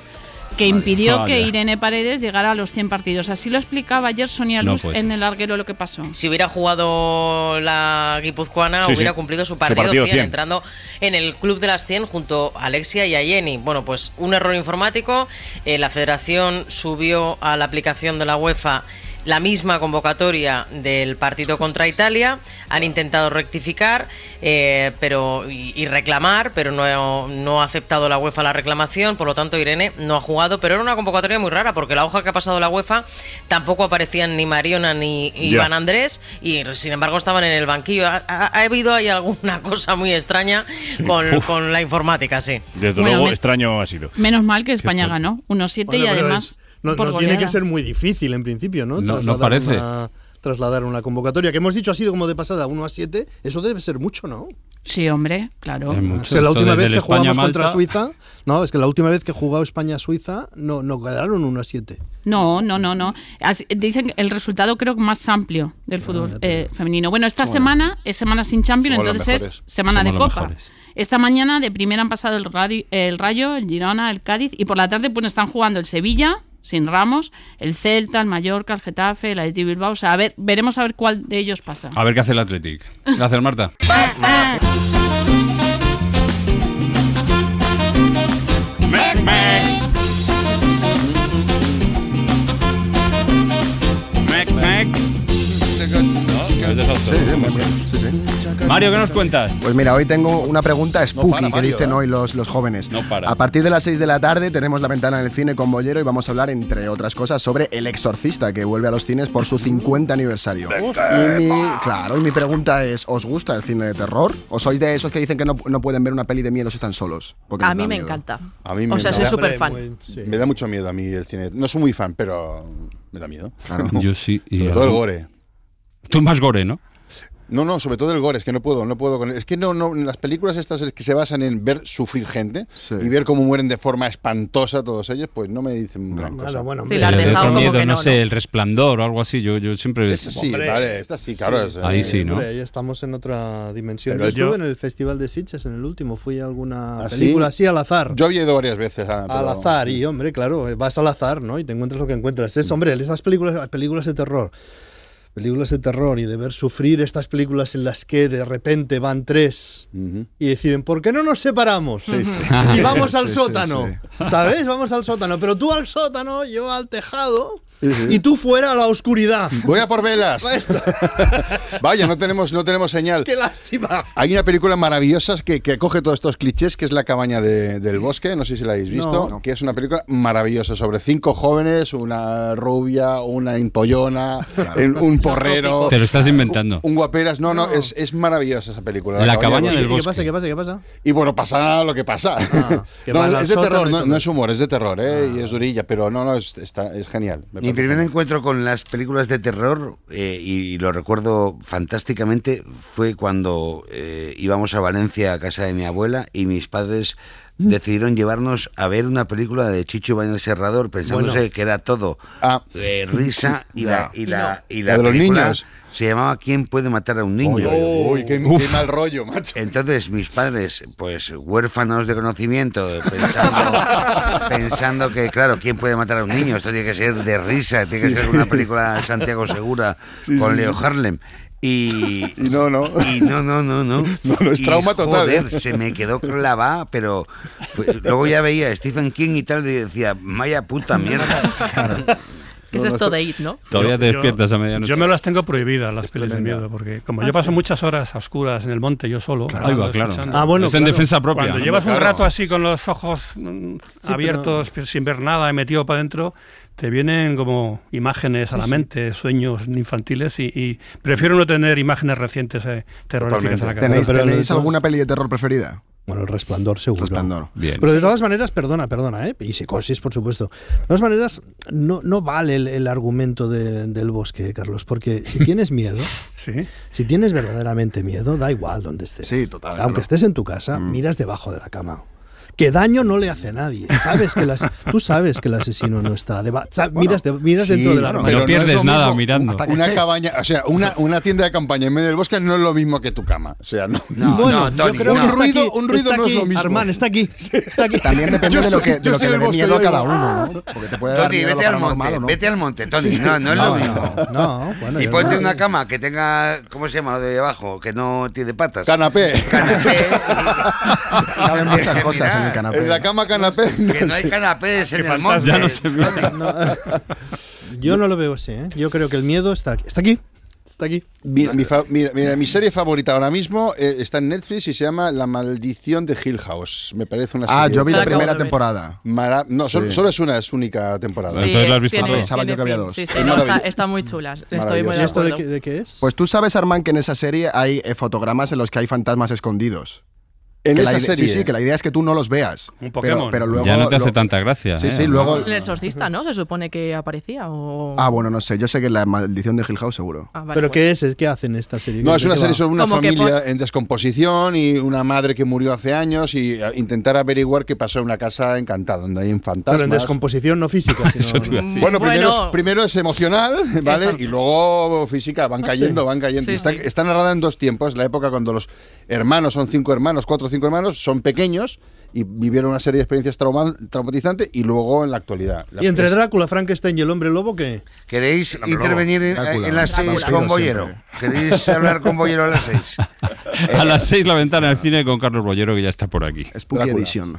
S9: que impidió
S18: Vaya.
S9: que Irene Paredes llegara a los 100 partidos. Así lo explicaba ayer Sonia
S18: No
S9: Luz
S18: puede
S9: en el larguero lo que pasó.
S18: Si hubiera jugado la guipuzcoana,
S9: Sí, sí.
S18: hubiera cumplido su
S9: Su
S18: partido,
S9: partido
S18: 100,
S9: 100.
S18: entrando en el Club de las 100 junto a Alexia y a Jenny. Bueno, pues un error informático. eh, la federación subió a la aplicación de la UEFA la misma convocatoria del partido contra Italia. Han intentado rectificar eh, pero y, y reclamar, pero no, no ha aceptado la UEFA la reclamación. Por lo tanto, Irene no ha jugado. Pero era una convocatoria muy rara porque la hoja que ha pasado la UEFA tampoco aparecían ni Mariona ni Iván
S21: Ya.
S18: Andrés y sin embargo estaban en el banquillo. Ha, ha- ha habido ahí alguna cosa muy extraña con,
S21: Uf.
S18: con la informática, sí.
S21: Desde
S9: Bueno,
S21: luego,
S10: Pues
S9: me-
S21: extraño ha sido.
S9: Menos mal que España ganó 1-7
S18: Bueno,
S9: y
S18: pero
S9: además...
S3: No,
S9: por
S3: no tiene que
S9: goleada.
S3: ser muy difícil en principio, ¿no?
S10: No- no
S3: Trasladar
S10: parece.
S3: Una, trasladar una convocatoria que hemos dicho así como de pasada, 1 a 7, eso debe ser mucho, ¿no?
S9: Sí, hombre, claro.
S3: O sea, la última vez que jugamos contra Suiza, no, es que la última vez que jugó España-Suiza no, no quedaron 1 a 7.
S9: No, no, no, no. Así- dicen el resultado creo que más amplio del
S18: Ah,
S9: fútbol eh, femenino. Bueno, esta semana es semana sin Champions,
S18: Somos los
S9: entonces es
S18: mejores.
S9: semana
S18: Somos
S9: de
S18: los
S9: Copa.
S18: mejores.
S9: Esta mañana de primera han pasado el, Radi- el Rayo, el Girona, el Cádiz y por la tarde pues están jugando el Sevilla sin Ramos, el Celta, el Mallorca, el Getafe, el Athletic Bilbao. O sea, a ver, veremos a ver cuál de ellos pasa.
S10: A ver qué hace el Athletic. Gracias, Marta.
S9: Ah.
S10: Mec, mec. ¿No? ¿Habéis dejado todo? Mario, ¿qué nos cuentas?
S13: Pues mira, hoy tengo una pregunta spooky
S10: para,
S13: que
S10: Mario,
S13: dicen
S10: ¿eh?
S13: hoy los, los jóvenes.
S10: No para.
S13: A partir de las 6 de la tarde tenemos la ventana del cine con Bollero y vamos a hablar, entre otras cosas, sobre El Exorcista, que vuelve a los cines por su 50 aniversario. Y mi, claro, y mi pregunta es, ¿os gusta el cine de terror? ¿O sois de esos que dicen que no, no pueden ver una peli de miedo si están solos? Porque
S19: A
S13: les da
S19: mí me
S13: miedo?
S19: encanta.
S11: A mí
S19: o
S11: me
S19: sea,
S11: da-
S19: soy
S11: Hombre,
S19: súper fan.
S11: muy- Me da mucho miedo a mí el cine. No soy muy fan, pero me da miedo.
S10: Yo sí. y
S11: Sobre
S10: a-
S11: todo el gore.
S10: Tú más gore, ¿no?
S11: No, no, sobre todo el gore, es que no puedo, no puedo con Es que no, no, las películas estas es que se basan en ver sufrir gente y ver cómo mueren de forma espantosa todos ellos, pues no me dicen gran cosa.
S10: Pero yo tengo miedo, no, sé, el resplandor o algo así. Yo, yo siempre.
S11: Esa sí, vale, esta sí, claro. es,
S10: Ahí
S11: eh,
S10: sí, ¿no?
S3: Hombre, ahí estamos en otra dimensión.
S11: Pero
S3: yo estuve
S11: yo-
S3: en el Festival de Sitges, en el último, fui a alguna
S11: ¿Ah, sí?
S3: película así al azar.
S11: Yo había ido varias veces a,
S3: Al
S11: pero-
S3: azar, y hombre, claro, eh, vas al azar, ¿no? Y te encuentras lo que encuentras. Es, hombre, esas películas, las películas de terror. Películas de terror y de ver sufrir estas películas en las que de repente van tres y deciden, ¿por qué no nos separamos?
S11: sí.
S3: Y vamos al
S11: Sí, sí,
S3: sótano,
S11: sí.
S3: ¿sabes? Vamos al sótano, pero tú al sótano, yo al tejado Y tú fuera a la oscuridad.
S11: Voy a por velas. Vaya, no tenemos, no tenemos señal.
S3: ¡Qué lástima!
S11: Hay una película maravillosa que, que coge todos estos clichés, que es La cabaña de- del bosque, no sé si la habéis visto,
S3: No.
S11: que es una película maravillosa sobre cinco jóvenes, una rubia, una empollona, en- un porrero,
S10: Te lo estás inventando.
S11: un guaperas. No, no, es, es maravillosa esa película.
S10: La cabaña del
S3: ¿Qué
S10: bosque.
S3: pasa? ¿Qué pasa? ¿Qué pasa? Ah,
S11: Y bueno, pasa lo que pasa.
S3: que
S11: No,
S3: van al
S11: es de
S3: sótano
S11: terror,
S3: y
S11: no,
S3: todo. Ah.
S11: no es humor, es de terror, ¿eh? Y es durilla, pero no, no, es, está- es genial. Me
S6: Mi
S11: parece.
S6: primer encuentro con las películas de terror, eh, y lo recuerdo fantásticamente, fue cuando eh, íbamos a Valencia a casa de mi abuela y mis padres
S11: Mm.
S6: decidieron llevarnos a ver una película de Chicho Baño Serrador, pensándose
S11: Bueno. Ah.
S6: que era todo eh, risa y la, y la, y la
S11: La de los
S6: película
S11: niños.
S6: se llamaba ¿Quién puede matar a un niño?
S11: Uy, uy, uy, qué- qué mal rollo, macho.
S6: Entonces mis padres, pues huérfanos de conocimiento, pensando, pensando que, claro, ¿quién puede matar a un niño? Esto tiene que ser de risa, tiene que
S11: Sí.
S6: ser una película Santiago Segura
S11: Sí,
S6: con
S11: sí,
S6: Leo
S11: sí.
S6: Harlem. Y,
S11: no, no.
S6: Y no, no, no, no.
S11: No, no, es
S6: Y,
S11: trauma total,
S6: Joder,
S11: ¿eh?
S6: se me quedó clavada, pero fue- luego ya veía a Stephen King y tal, y decía, vaya puta mierda.
S19: ¿Qué es esto de IT, no?
S10: Todavía te
S7: Yo-
S10: despiertas a medianoche.
S7: Yo me las tengo prohibidas, las pelis de miedo, porque como
S10: Ah,
S7: yo paso
S10: sí.
S7: muchas horas a oscuras en el monte, yo solo.
S10: Claro,
S7: hablando,
S10: ahí va, claro.
S7: escuchando.
S10: Ah, bueno, Es en claro. defensa propia,
S7: Cuando
S10: ¿no?
S7: llevas un
S10: Claro.
S7: rato así con los ojos mm,
S10: pero-
S7: abiertos, pi- sin ver nada, metido para adentro, te vienen como imágenes a
S10: Sí,
S7: la
S10: sí.
S7: mente, sueños infantiles, y, y prefiero no tener imágenes recientes eh, terroríficas en la cabeza.
S13: ¿Tenéis, tenéis alguna peli de terror preferida?
S3: Bueno, el resplandor seguro.
S13: Resplandor.
S10: Bien.
S3: Pero de todas maneras, perdona, perdona, ¿eh? y psicosis, por supuesto. De todas maneras, no, no vale el, el argumento de- del bosque, Carlos, porque si tienes miedo, si tienes verdaderamente miedo, da igual donde estés. Sí, total. Aunque estés en tu casa,
S13: Mm.
S3: miras debajo de la cama. Que daño no le hace a nadie. Sabes que las, tú sabes que el asesino no está. deba- sa- miras de- miras
S11: Sí,
S3: dentro de la
S11: bueno,
S3: armario.
S11: pero es lo mismo
S3: Hasta que
S11: Una
S3: esté-
S11: cabaña, o sea, una, una tienda de campaña en medio del bosque no es lo mismo que tu cama. O sea, no.
S3: Bueno, yo creo que
S11: un
S3: está
S11: ruido,
S3: aquí,
S11: un ruido
S3: está
S11: no es
S3: aquí,
S11: lo mismo.
S3: Armán, está aquí. Está aquí.
S13: También depende
S11: Yo
S13: de lo
S11: estoy-
S13: que, de
S11: yo
S13: lo que
S11: soy
S13: le
S11: el
S13: dé
S11: bosque,
S13: miedo
S11: yo
S13: a cada
S11: digo,
S3: "Ah,
S11: "Ah".
S13: uno, ¿no? Porque te puede dar
S6: Tony,
S13: miedo lo
S6: vete al
S13: paranormal,
S6: monte,
S13: ¿no?
S6: vete al monte, Tony.
S13: Sí.
S6: No, no es lo
S13: No,
S6: mismo.
S3: No, bueno,
S6: y
S3: yo
S6: ponte
S3: no-
S6: una cama que tenga, ¿cómo se llama lo de abajo? Que no tiene patas.
S11: Canapé.
S6: Canapé.
S13: Caben muchas
S6: Que
S13: cosas en el
S6: mirar.
S13: canapé.
S11: En la cama canapé.
S6: Que no hay canapés en el monte.
S11: Ya Eh, no se ve.
S3: Yo no lo veo así, ¿eh? Yo creo que el miedo está aquí. Está aquí. Está aquí.
S11: Mi, mi fa- mira, mira, mi serie favorita ahora mismo eh, está en Netflix y se llama La maldición de Hill House. Me parece una serie.
S13: Ah, yo vi la primera temporada.
S11: Mara- no, sol-
S13: Sí.
S11: solo es una, es única temporada.
S13: Sí, Entonces la has visto
S19: tiene-
S13: toda. Pensaba yo
S19: tiene
S13: que había
S19: fin.
S13: dos.
S19: Sí, sí,
S13: Es
S19: no, está,
S13: maravilloso.
S19: está muy chula. Estoy muy
S13: Maravilloso.
S19: de
S13: ¿Y esto de
S19: acuerdo.
S13: qué-
S3: ¿De qué es?
S13: Pues tú sabes, Armán, que en esa serie hay eh, fotogramas en los que hay fantasmas escondidos.
S11: En
S13: Que la
S11: esa
S13: idea-
S11: serie.
S13: Sí, sí, que la idea es que tú no los veas.
S7: Un
S13: pero,
S7: Pokémon.
S13: pero luego
S10: ya no te hace
S13: lo-
S10: tanta gracia.
S13: Sí,
S10: ¿eh?
S13: sí, luego.
S19: El exorcista, Ah, ¿no? Se supone que aparecía. O...
S13: Ah, bueno, no sé. Yo sé que la maldición de Hill House seguro.
S19: Ah, vale,
S3: ¿Pero
S19: bueno.
S3: qué es? ¿Qué hacen esta serie?
S11: No,
S3: ¿De
S11: es
S3: qué
S11: una
S3: va?
S11: serie sobre una
S19: Como que
S11: familia
S19: pon-
S11: en descomposición y una madre que murió hace años y eh, intentar averiguar qué pasó en una casa encantada donde hay un fantasma.
S3: Pero en descomposición no física, sino...
S11: Bueno, primero,
S19: Mm, Bueno.
S11: Es, primero es emocional, ¿vale?
S19: Exacto.
S11: Y luego física, van
S3: Ah,
S11: cayendo,
S3: sí.
S11: van cayendo.
S19: Sí,
S11: Y está,
S19: sí.
S11: está narrada en dos tiempos, la época cuando los hermanos, son cinco hermanos, cuatro o cinco hermanos, son pequeños y vivieron una serie de experiencias trauma- traumatizantes y luego en la actualidad. La-
S3: ¿Y entre
S11: es-
S3: Drácula, Frankenstein y el hombre lobo qué?
S6: pues- ¿Queréis intervenir en,
S11: Drácula.
S6: en las
S11: Drácula.
S6: seis con
S11: Vampiro
S6: Bollero? ¿Queréis hablar con Bollero a las seis?
S11: uh,
S10: A
S11: eh.
S10: las 6 la ventana del cine con Carlos Bollero, que ya está por aquí.
S13: Spooky Edition.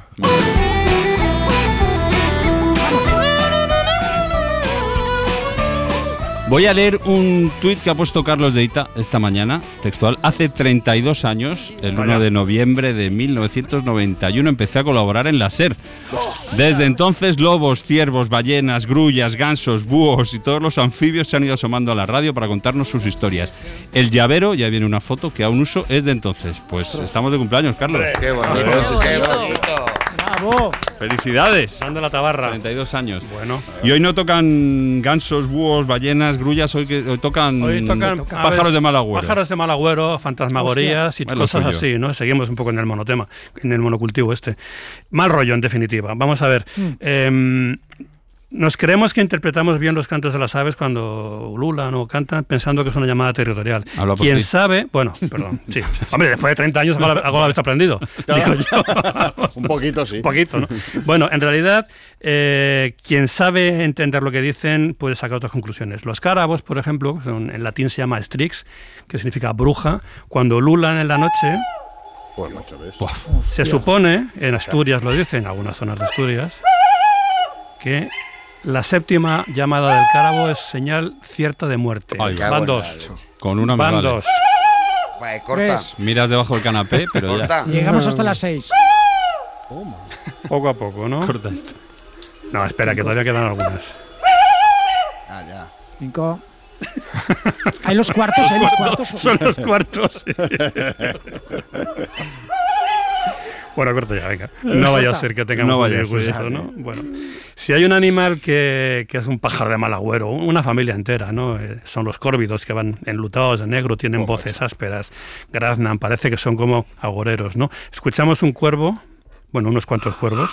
S10: Voy a leer un tuit que ha puesto Carlos Deita esta mañana, textual. Hace 32 años, el 1 de noviembre de 1991, empecé a colaborar en la E SER. Desde entonces, lobos, ciervos, ballenas, grullas, gansos, búhos y todos los anfibios se han ido asomando a la radio para contarnos sus historias. El llavero, ya viene una foto que aún uso, es de entonces. Pues estamos de cumpleaños, Carlos.
S6: Qué bonito,
S11: bonito.
S6: qué bonito.
S2: ¡Bravo!
S10: ¡Felicidades!
S7: Dando la tabarra.
S10: 32 años.
S7: Bueno.
S10: Ah, Y hoy no tocan gansos, búhos, ballenas, grullas, hoy, que, hoy tocan,
S7: Hoy tocan a
S10: pájaros
S7: ver,
S10: de mal agüero.
S7: Pájaros de mal agüero, fantasmagorías
S10: Hostia.
S7: y
S10: Bueno,
S7: cosas
S10: suyo.
S7: así, ¿no? Seguimos un poco en el monotema, en el monocultivo este. Mal rollo, en definitiva. Vamos a ver. em, nos creemos que interpretamos bien los cantos de las aves cuando ululan o cantan, pensando que es una llamada territorial.
S10: Habla por
S7: Quien
S10: ti.
S7: sabe, bueno, perdón, sí. Hombre, después de 30 años algo la- algo lo habéis aprendido. Digo yo.
S11: Un poquito, sí.
S7: Un poquito, ¿no? Bueno, en realidad, eh, quien sabe entender lo que dicen puede sacar otras conclusiones. Los cárabos, por ejemplo, son- en latín se llama strix, que significa bruja, cuando lulan en la noche,
S11: Pues, macho, ¿ves?
S7: ¿eh? se supone, en Asturias lo dicen, en algunas zonas de Asturias, que La séptima llamada del Cárabo es señal cierta de muerte.
S10: Ay, me cago
S7: Van
S10: en
S7: dos.
S10: Con una me
S7: Van
S10: vale.
S7: dos.
S6: corta.
S10: Miras debajo del canapé, pero ya.
S2: Llegamos hasta las 6.
S7: Poco a poco, ¿no? Corta esto. No, espera, que todavía quedan algunas.
S11: Ah, ya.
S2: Cinco. Hay los cuartos, hay los cuartos.
S7: Son los cuartos. bueno, corta ya, venga. No vaya a ser que tengamos
S10: No
S7: un
S10: vaya a ser.
S7: disgusto, ¿no? Bueno, si hay un animal que, que es un pájaro de mal agüero, una familia entera, ¿no? Eh, son los córvidos que van enlutados de negro, tienen
S10: Oh,
S7: voces ásperas, graznan, parece que son como agoreros, ¿no? Escuchamos un cuervo, bueno, unos cuantos cuervos.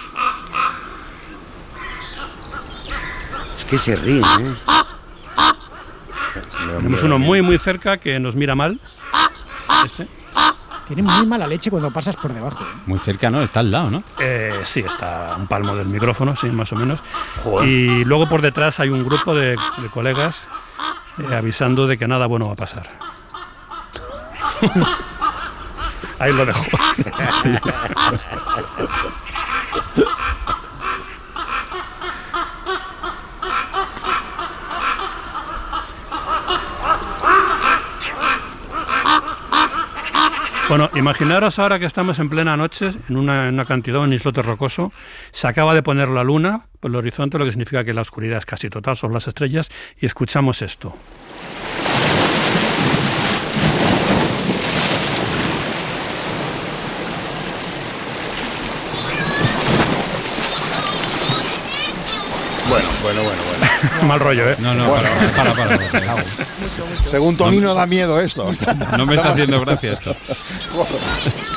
S6: Es que se ríen, ¿eh?
S7: Tenemos uno muy, muy cerca que nos mira mal. Este.
S2: Tiene muy mala leche cuando pasas por debajo. ¿eh?
S10: Muy cerca, ¿no? Está al lado, ¿no?
S7: Eh, sí, está un palmo del micrófono, sí, más o menos. Y luego por detrás hay un grupo de, de colegas eh, avisando de que nada bueno va a pasar. Ahí lo dejo. Sí. Bueno, imaginaros ahora que estamos en plena noche, en una, en una cantidad, un islote rocoso, se acaba de poner la luna por el horizonte, lo que significa que la oscuridad es casi total, son las estrellas, y escuchamos esto.
S11: Bueno, bueno, bueno, bueno.
S7: Mal rollo, ¿eh?
S10: No, no,
S11: Bueno.
S10: para, para, para. para.
S11: Según Tomino da miedo esto.
S10: No me está haciendo gracia esto.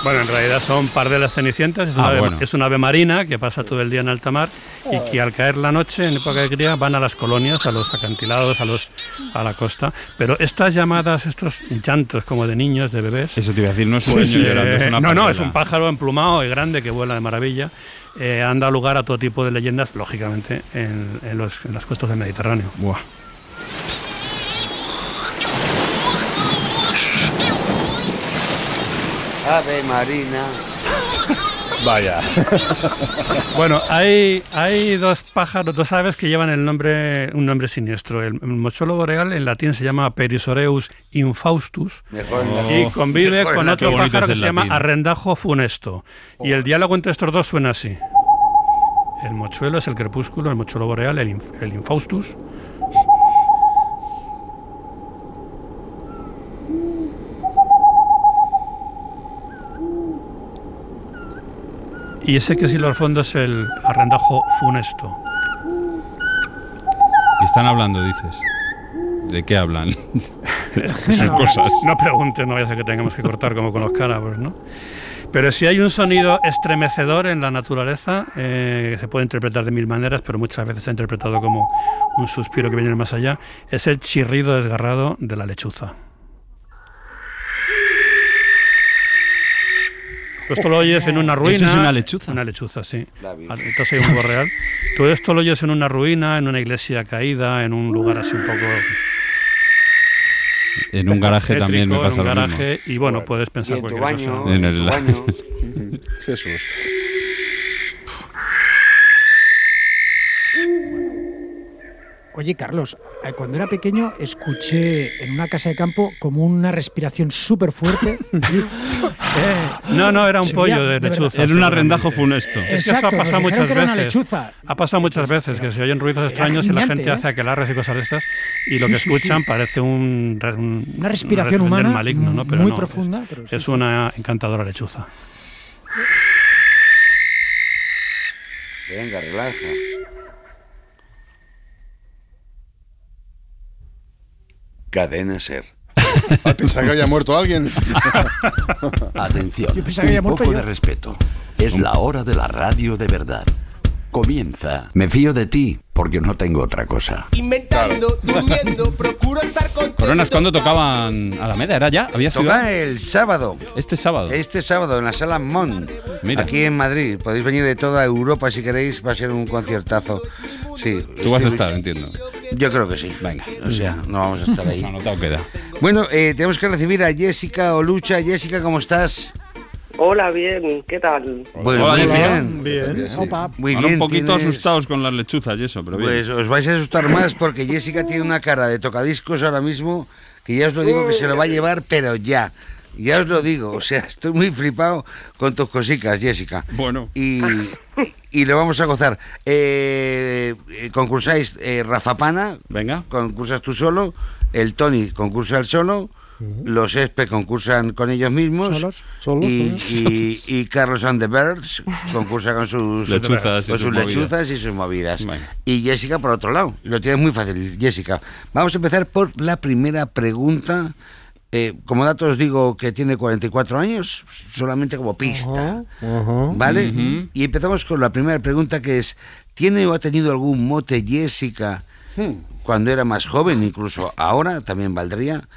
S7: Bueno, en realidad son par de las cenicientas. Es,
S10: Ah,
S7: una ave,
S10: bueno.
S7: es una ave marina que pasa todo el día en alta mar y que al caer la noche, en época de cría, van a las colonias, a los acantilados, a los a la costa. Pero estas llamadas, estos llantos como de niños, de bebés.
S10: Eso te iba a decir, no es un
S7: pues,
S10: niño
S7: eh,
S10: llorando, es una
S7: no, no,
S10: pantera.
S7: es un pájaro emplumado y grande que vuela de maravilla. Eh, han dado lugar a todo tipo de leyendas, lógicamente, en, en los, en las costas del Mediterráneo.
S6: Ave Marina.
S11: Vaya.
S7: Bueno, hay, hay dos pájaros, dos aves que llevan el nombre, un nombre siniestro. El, mocholo boreal en latín se llama Perisoreus infaustus
S6: Mejor en
S7: y
S6: latín.
S7: convive
S6: Mejor en
S7: con
S6: latín.
S7: otro
S6: Qué bonito
S7: pájaro
S6: es
S7: que
S6: el
S7: se llama
S6: latín.
S7: arrendajo funesto. Y el diálogo entre estos dos suena así. El mochuelo es el crepúsculo, el mochuelo boreal, el, inf- el infaustus. Y ese que sí lo al fondo es el arrendajo funesto.
S10: Están hablando, dices. ¿De qué hablan? De sus
S7: No,
S10: cosas.
S7: No preguntes, no vaya a ser que tengamos que cortar como con los cánabros, ¿no? Pero si hay un sonido estremecedor en la naturaleza, eh, se puede interpretar de mil maneras, pero muchas veces se ha interpretado como un suspiro que viene del más allá, es el chirrido desgarrado de la lechuza. Esto lo oyes en una
S10: Eso
S7: ruina.
S10: es una lechuza.
S7: Una lechuza, sí. Ah,
S10: La vi.
S7: Entonces hay un huevo real. Todo esto lo oyes en una ruina, en una iglesia caída, en un lugar así un poco
S10: En un garaje también me
S7: Tétrico,
S10: pasa
S7: en un
S10: lo mismo.
S7: garaje, Y bueno, puedes pensar
S6: Y en tu
S7: cualquier
S6: baño,
S7: cosa.
S10: En en el- tu baño.
S11: Jesús.
S2: Oye, Carlos, eh, cuando era pequeño escuché en una casa de campo como una respiración Eh, súper fuerte.
S7: No, no, era un
S2: Se
S7: pollo de
S2: veía- de
S7: lechuza.
S10: Era un arrendajo funesto.
S7: Es que eso ha
S2: Exacto,
S7: pasado
S2: nos dijeron
S7: muchas
S2: que era una
S7: veces.
S2: lechuza.
S7: Ha pasado muchas veces que se oyen ruidos extraños y la
S2: gigante,
S7: gente
S2: ¿eh?
S7: hace aquelarres y cosas de estas y lo
S2: Sí,
S7: que
S2: sí, sí.
S7: escuchan parece un, re- un-
S2: Una respiración
S7: del
S2: humana
S7: maligno, ¿no? Pero
S2: muy
S7: no,
S2: profunda,
S7: es-
S2: pero sí,
S7: es una encantadora lechuza.
S6: Venga, relaja. Cadena ser. Ah,
S11: Pensaba que había muerto alguien.
S14: Atención,
S11: Yo pensaba que había
S14: un
S11: muerto
S14: poco
S11: yo.
S14: de respeto. Es la hora de la radio de verdad. Comienza. Me fío de ti porque no tengo otra cosa.
S10: Inventando,
S14: durmiendo,
S10: Coronas, ¿cuándo tocaban Alameda? ¿Era ya? ¿Había sido?
S6: Toca el sábado.
S10: Este sábado.
S6: Este sábado en la sala Mon,
S10: Mira.
S6: aquí en Madrid. Podéis venir de toda Europa si queréis, va a ser un conciertazo. Sí,
S10: Tú vas a
S6: estoy-
S10: estar, entiendo.
S6: Yo creo que sí. Venga. O sea, no vamos a estar ahí.
S10: Anotado queda.
S6: Bueno, eh, tenemos que recibir a Jessica Olucha. Jessica, ¿cómo estás?
S15: Hola, bien, ¿qué tal?
S6: Pues
S10: Hola,
S6: muy
S10: Jessica.
S6: bien.
S10: Bien.
S6: Sí.
S10: Opa.
S6: Ah, Muy
S10: Ahora
S6: bien.
S10: un poquito
S6: tienes-
S10: asustados con las lechuzas y eso, pero bien.
S6: Pues os vais a asustar más porque Jessica tiene una cara de tocadiscos ahora mismo que ya os lo digo que se lo va a llevar, pero ya. Ya os lo digo, o sea, estoy muy flipado con tus cositas, Jessica.
S10: Bueno.
S6: Y, y lo vamos a gozar. Eh, eh, concursáis eh, Rafa Pana.
S10: Venga.
S6: Concursas tú solo. El Tony concursa el solo. Los Espe concursan con ellos mismos.
S3: Solos,
S6: y,
S3: solos.
S6: y- y Carlos and the Birds concursa con sus
S10: Lechuzas y
S6: con
S10: sus
S6: sus
S10: movidas.
S6: lechuzas y sus movidas. Y Jessica por otro lado. Lo tienes muy fácil, Jessica. Vamos a empezar por la primera pregunta. Eh, como dato os digo que tiene 44 años, solamente como pista. ¿Vale?
S3: Ujú.
S6: Y empezamos con la primera pregunta que es, ¿tiene o ha tenido algún mote Jessica cuando era más joven, incluso ahora también valdría?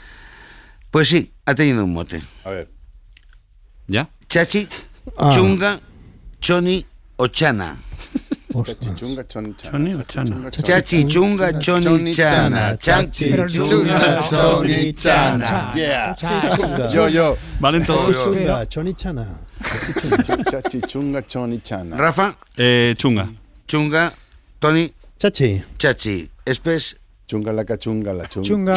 S6: Pues sí, ha tenido un mote.
S11: A ver.
S10: ¿Ya?
S6: Chachi,
S11: Ah.
S6: Chunga, Choni o Chana.
S11: Chachichunga, choni, chana.
S7: Choni o chana.
S6: Chachi, Chunga, Choni, Chana. Chachi, Chunga, Choni, Chana.
S11: Yeah.
S6: Chunga.
S11: Yo, yo.
S10: Valen todos.
S11: Yo.
S3: Chonichana.
S11: Chachichunga, choni, chana.
S6: Rafa.
S10: Eh, chunga.
S6: Chunga, Tony.
S3: Chachi.
S6: Chachi, Espes.
S11: Chunga la cachunga, la chunga.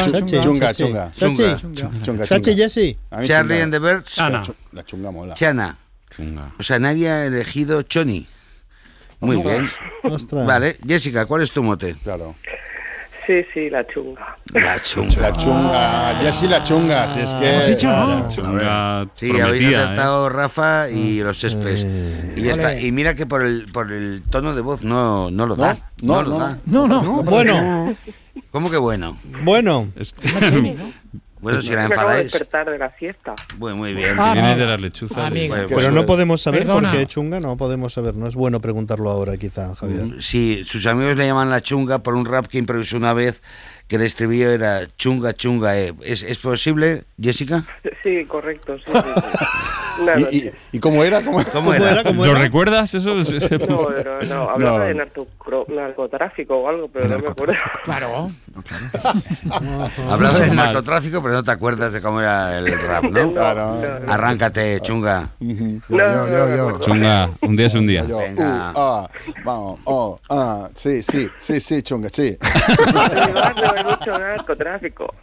S3: Chunga,
S11: Chachi. chunga,
S3: chunga,
S11: chunga.
S6: chachi. Chachi.
S11: chunga.
S6: Chachi,
S11: chunga.
S6: Jessy.
S11: A mí
S6: Charlie
S11: chunga.
S6: and the Birds.
S11: La
S6: Ana.
S11: chu- La chunga mola.
S6: Chana. O sea, nadie ha elegido Choni. Muy
S11: Ostras.
S6: bien. Vale, Jessica, ¿cuál es tu mote?
S11: Claro.
S15: Sí, sí, la chunga.
S6: La chunga.
S11: La chunga. Ya sí Ah, la chunga, si es que... Ah.
S6: Hemos dicho,
S11: Claro.
S10: Chunga
S6: Sí, habéis
S10: prometida, ¿eh?
S6: acertado Rafa y los Cespes. Y ya está.
S10: Ole.
S6: Y mira que por el, por el tono de voz no, no lo da. No,
S3: no,
S6: lo
S3: no.
S6: da.
S2: No, no.
S3: Bueno.
S6: ¿Cómo que bueno?
S3: Bueno.
S6: Bueno, Mm. si la
S15: Me acabo de
S6: enfadáis.
S15: despertar de la siesta.
S6: Bueno, muy bien.
S3: Ah, Vienes
S10: de las lechuzas. eh.
S6: Amigo.
S3: Pero
S6: Pues,
S3: no podemos saber
S6: perdona.
S3: porque chunga no podemos saber. No es bueno preguntarlo ahora, quizá,
S11: Mm.
S3: Javier.
S6: eh, Sí, sus amigos le llaman la chunga por un rap que improvisó una vez que el estribillo era chunga, chunga, eh. ¿Es, es posible, Jessica?
S15: Sí, correcto, sí, sí, sí. Una
S11: ¿Y, y,
S15: noche.
S11: y cómo era? ¿Cómo,
S6: ¿Cómo era? ¿Cómo
S10: ¿Lo
S6: era?
S10: recuerdas? Eso es- es-
S15: No, no, no, hablaba de narcocro- narcotráfico o algo, pero no me acuerdo.
S2: Claro.
S6: Hablabas del
S10: Normal.
S6: narcotráfico, pero no te acuerdas de cómo era el rap, ¿no?
S11: Claro.
S6: Arráncate, chunga.
S11: yo, yo, yo.
S10: Chunga, un día es un día.
S11: Yo, uh,
S6: Venga.
S11: ah, vamos, oh, ah, sí, sí, sí, sí, chunga, sí.
S15: No hay mucho narcotráfico.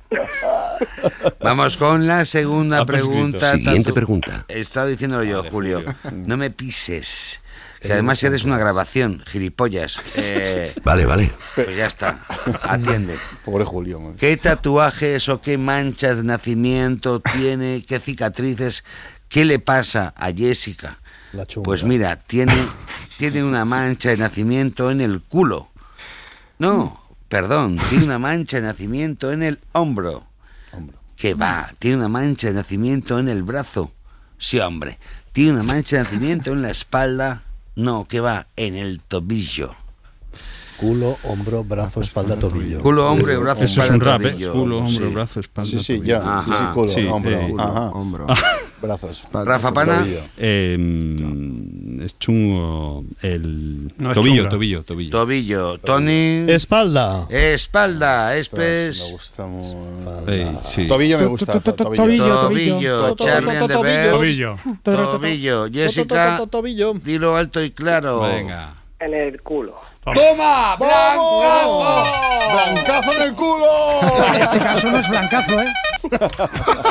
S6: Vamos con la segunda
S14: Ha prescrito.
S6: pregunta.
S14: Siguiente
S6: tanto-
S14: pregunta.
S6: He estado diciéndolo yo, Julio. No me pises. Que además eres una grabación, gilipollas. Eh,
S14: Vale, vale.
S6: pues ya está. Atiende.
S11: Pobre Julio. man.
S6: ¿Qué tatuajes o qué manchas de nacimiento tiene? ¿Qué cicatrices? ¿Qué le pasa a Jessica?
S3: La chunga.
S6: Pues mira, tiene, tiene una mancha de nacimiento en el culo. No, perdón, tiene una mancha de nacimiento en el hombro. Que va, tiene una mancha de nacimiento en el brazo. Sí, hombre. Tiene una mancha de nacimiento en la espalda. No, que va, en el tobillo.
S3: Culo, hombro, brazo, espalda, tobillo.
S6: Culo, hombre, brazo,
S10: Eso es un
S6: espalda,
S10: rap, ¿eh?
S6: tobillo.
S10: Culo, hombro,
S6: Sí.
S10: brazo, espalda.
S11: Sí, sí,
S10: tobillo.
S11: ya. Sí, sí,
S6: Ajá.
S11: culo,
S10: Sí,
S11: hombro,
S10: eh,
S11: ajá.
S13: hombro.
S11: Brazos.
S6: Rafa Pana.
S11: tobillo.
S10: Eh, mm, es chungo el
S7: No es
S10: tobillo,
S7: chunga.
S10: tobillo, tobillo.
S6: Tobillo, Tony.
S3: Espalda.
S6: Espalda, espes.
S11: Me gusta mucho.
S10: Eh, sí.
S11: Tobillo me gusta.
S2: To- to- to-
S11: Tobillo.
S2: tobillo,
S6: Tobillo, Charlie and the Bears.
S7: Tobillo.
S6: Tobillo, Jessica.
S3: Tobillo.
S6: Dilo alto y claro.
S10: Venga.
S15: En el culo.
S2: ¡Toma!
S11: ¡Vamos! ¡Blancazo en el
S2: En
S11: culo!
S2: este caso no es blancazo, ¿eh?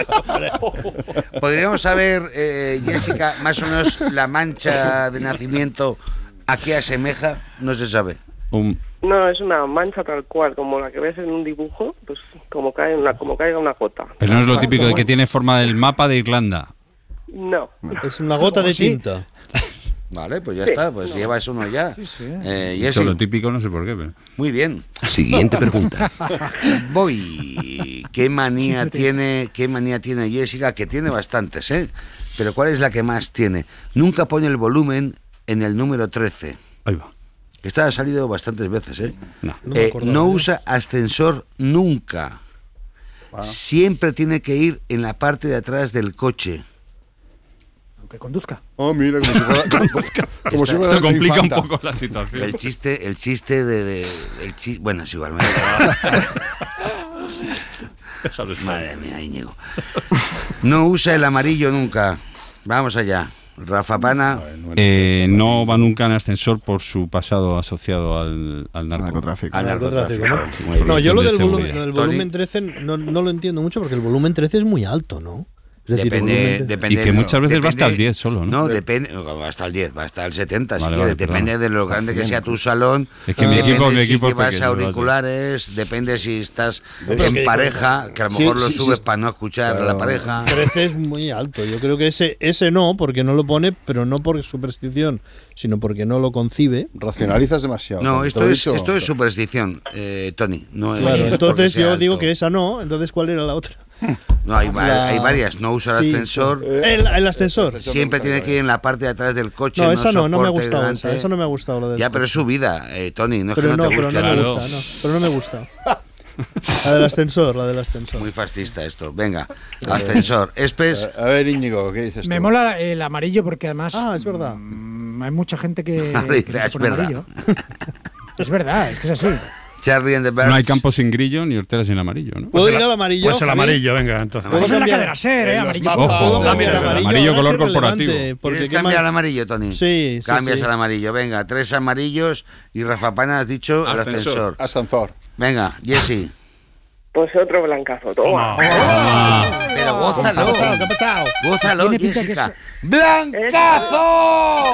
S6: Podríamos saber, eh, Jessica, más o menos la mancha de nacimiento a qué asemeja, no se sabe.
S10: Un-
S15: No, es una mancha tal cual, como la que ves en un dibujo, pues como cae una, como caiga una gota.
S10: pero no es lo típico de que tiene forma del mapa de Irlanda.
S15: No.
S3: Es una gota de
S6: Sí.
S3: tinta.
S6: Vale, pues ya
S15: Sí.
S6: está, pues llevas uno ya. Eh,
S10: Eso
S6: Jessi,
S10: es lo típico, no sé por qué. Pero...
S6: muy bien.
S14: Siguiente pregunta.
S6: Voy. ¿Qué manía tiene, qué manía tiene Jessica? Que tiene bastantes, ¿eh? Pero ¿cuál es la que más tiene? Nunca pone el volumen en el número 13.
S10: Ahí va.
S6: Esta ha salido bastantes veces, ¿eh?
S10: No.
S6: Eh, No,
S3: me acordaba yo.
S6: usa ascensor nunca. Siempre tiene que ir en la parte de atrás del coche.
S2: Aunque conduzca.
S11: Oh, mira, como si fuera. como si fuera
S10: Esto complica un
S11: infanta.
S10: poco la situación.
S6: El chiste, el chiste de, de- el chi- bueno, es igual. me da igual. Madre mía, Íñigo. No usa el amarillo nunca. Vamos allá. Rafa Pana.
S10: Eh, no va nunca en ascensor por su pasado asociado al, al narco-
S13: narcotráfico.
S6: Al narcotráfico, ¿no?
S10: Muy bien.
S3: No, yo lo del volumen,
S10: Seguridad.
S3: lo del volumen 13 no, no lo entiendo mucho porque el volumen 13 es muy alto, ¿no? Es decir, el
S6: Depende,
S3: volumen-
S6: depende
S10: Y que
S6: no,
S10: muchas veces va hasta
S6: depende-
S10: el 10 solo, ¿no?
S6: No, depende, oh, va hasta el 10, va hasta el 70 si
S10: Vale,
S6: quieres.
S10: vale, perdón.
S6: depende de lo
S10: Está
S6: grande que
S10: bien.
S6: sea tu salón.
S10: Es que mi
S6: depende
S10: equipo- mi
S6: si
S10: equipo es
S6: llevas
S10: pequeño, vaya.
S6: auriculares, depende si estás
S3: Pero
S6: en
S3: que-
S6: pareja, que a lo
S3: Sí,
S6: mejor lo
S3: sí, sí,
S6: subes
S3: sí.
S6: para no escuchar a la
S3: Claro.
S6: pareja.
S3: 13 es muy alto. Yo creo que ese, ese no, porque no lo pone, pero no por superstición, sino porque no lo concibe.
S11: Racionalizas demasiado.
S6: No,
S11: Te
S6: esto
S11: lo he
S6: es,
S11: dicho.
S6: esto es superstición, eh, Tony. No es-
S3: Claro,
S6: es
S3: entonces
S6: porque sea
S3: yo digo
S6: alto.
S3: que esa no. Entonces, ¿cuál era la otra?
S6: No, hay, va-
S3: La-
S6: hay varias. No usar
S3: Sí. Eh,
S6: ascensor.
S3: El, el ascensor.
S6: Siempre tiene que ir en la parte de atrás del coche.
S3: No, esa no, no me ha
S6: soporte
S3: gustado. Esa,
S6: delante. ¿eh?
S3: esa no me ha gustado. La de
S6: Ya, pero es su vida, eh, Tony. No es
S3: pero
S6: que no,
S3: no,
S6: te
S3: pero
S6: guste.
S3: no me gusta. No, pero no me gusta. La del ascensor, la del ascensor. Eh,
S6: Muy fascista esto. Venga, ascensor. Espes.
S11: A ver, Íñigo, ¿qué
S7: Este
S11: dices
S2: Me
S11: tú?
S2: mola el amarillo porque además.
S3: Ah, es verdad.
S2: mm, hay mucha gente que.
S6: Ahora
S2: que
S6: dice,
S2: se
S7: "Ah,
S6: "Es
S2: pone
S6: verdad".
S2: amarillo. es verdad, es que es así.
S6: Charlie and the Birds.
S10: No hay campo sin grillo ni hortera sin amarillo, ¿no?
S3: ¿Puedo ir al amarillo?
S7: Pues el
S3: Javi?
S7: amarillo, venga, entonces.
S3: ¿Puedo
S2: Eso es la
S3: cambiar?
S2: cadena ser, ¿eh?
S3: En los
S2: Amarillo.
S3: mapas,
S10: Ojo,
S3: ¿puedo
S10: también,
S3: cambiar
S10: el
S3: Ahora
S10: amarillo color
S3: es relevante,
S10: corporativo.
S3: porque
S6: ¿Quieres
S3: qué
S6: cambiar
S3: mal-
S6: al amarillo, Tony?
S3: Sí, sí,
S6: Cambias
S3: sí.
S6: al amarillo. Venga, tres amarillos y Rafa Pana has dicho el ascensor.
S11: Ascensor.
S6: Venga, Jesse.
S15: Pues otro blancazo, toma.
S6: Pero gózalo.
S3: ¿Qué ha pasado?
S6: Gózalo,
S2: Tiene pinta que
S6: Jessica.
S11: ¡Blancazo!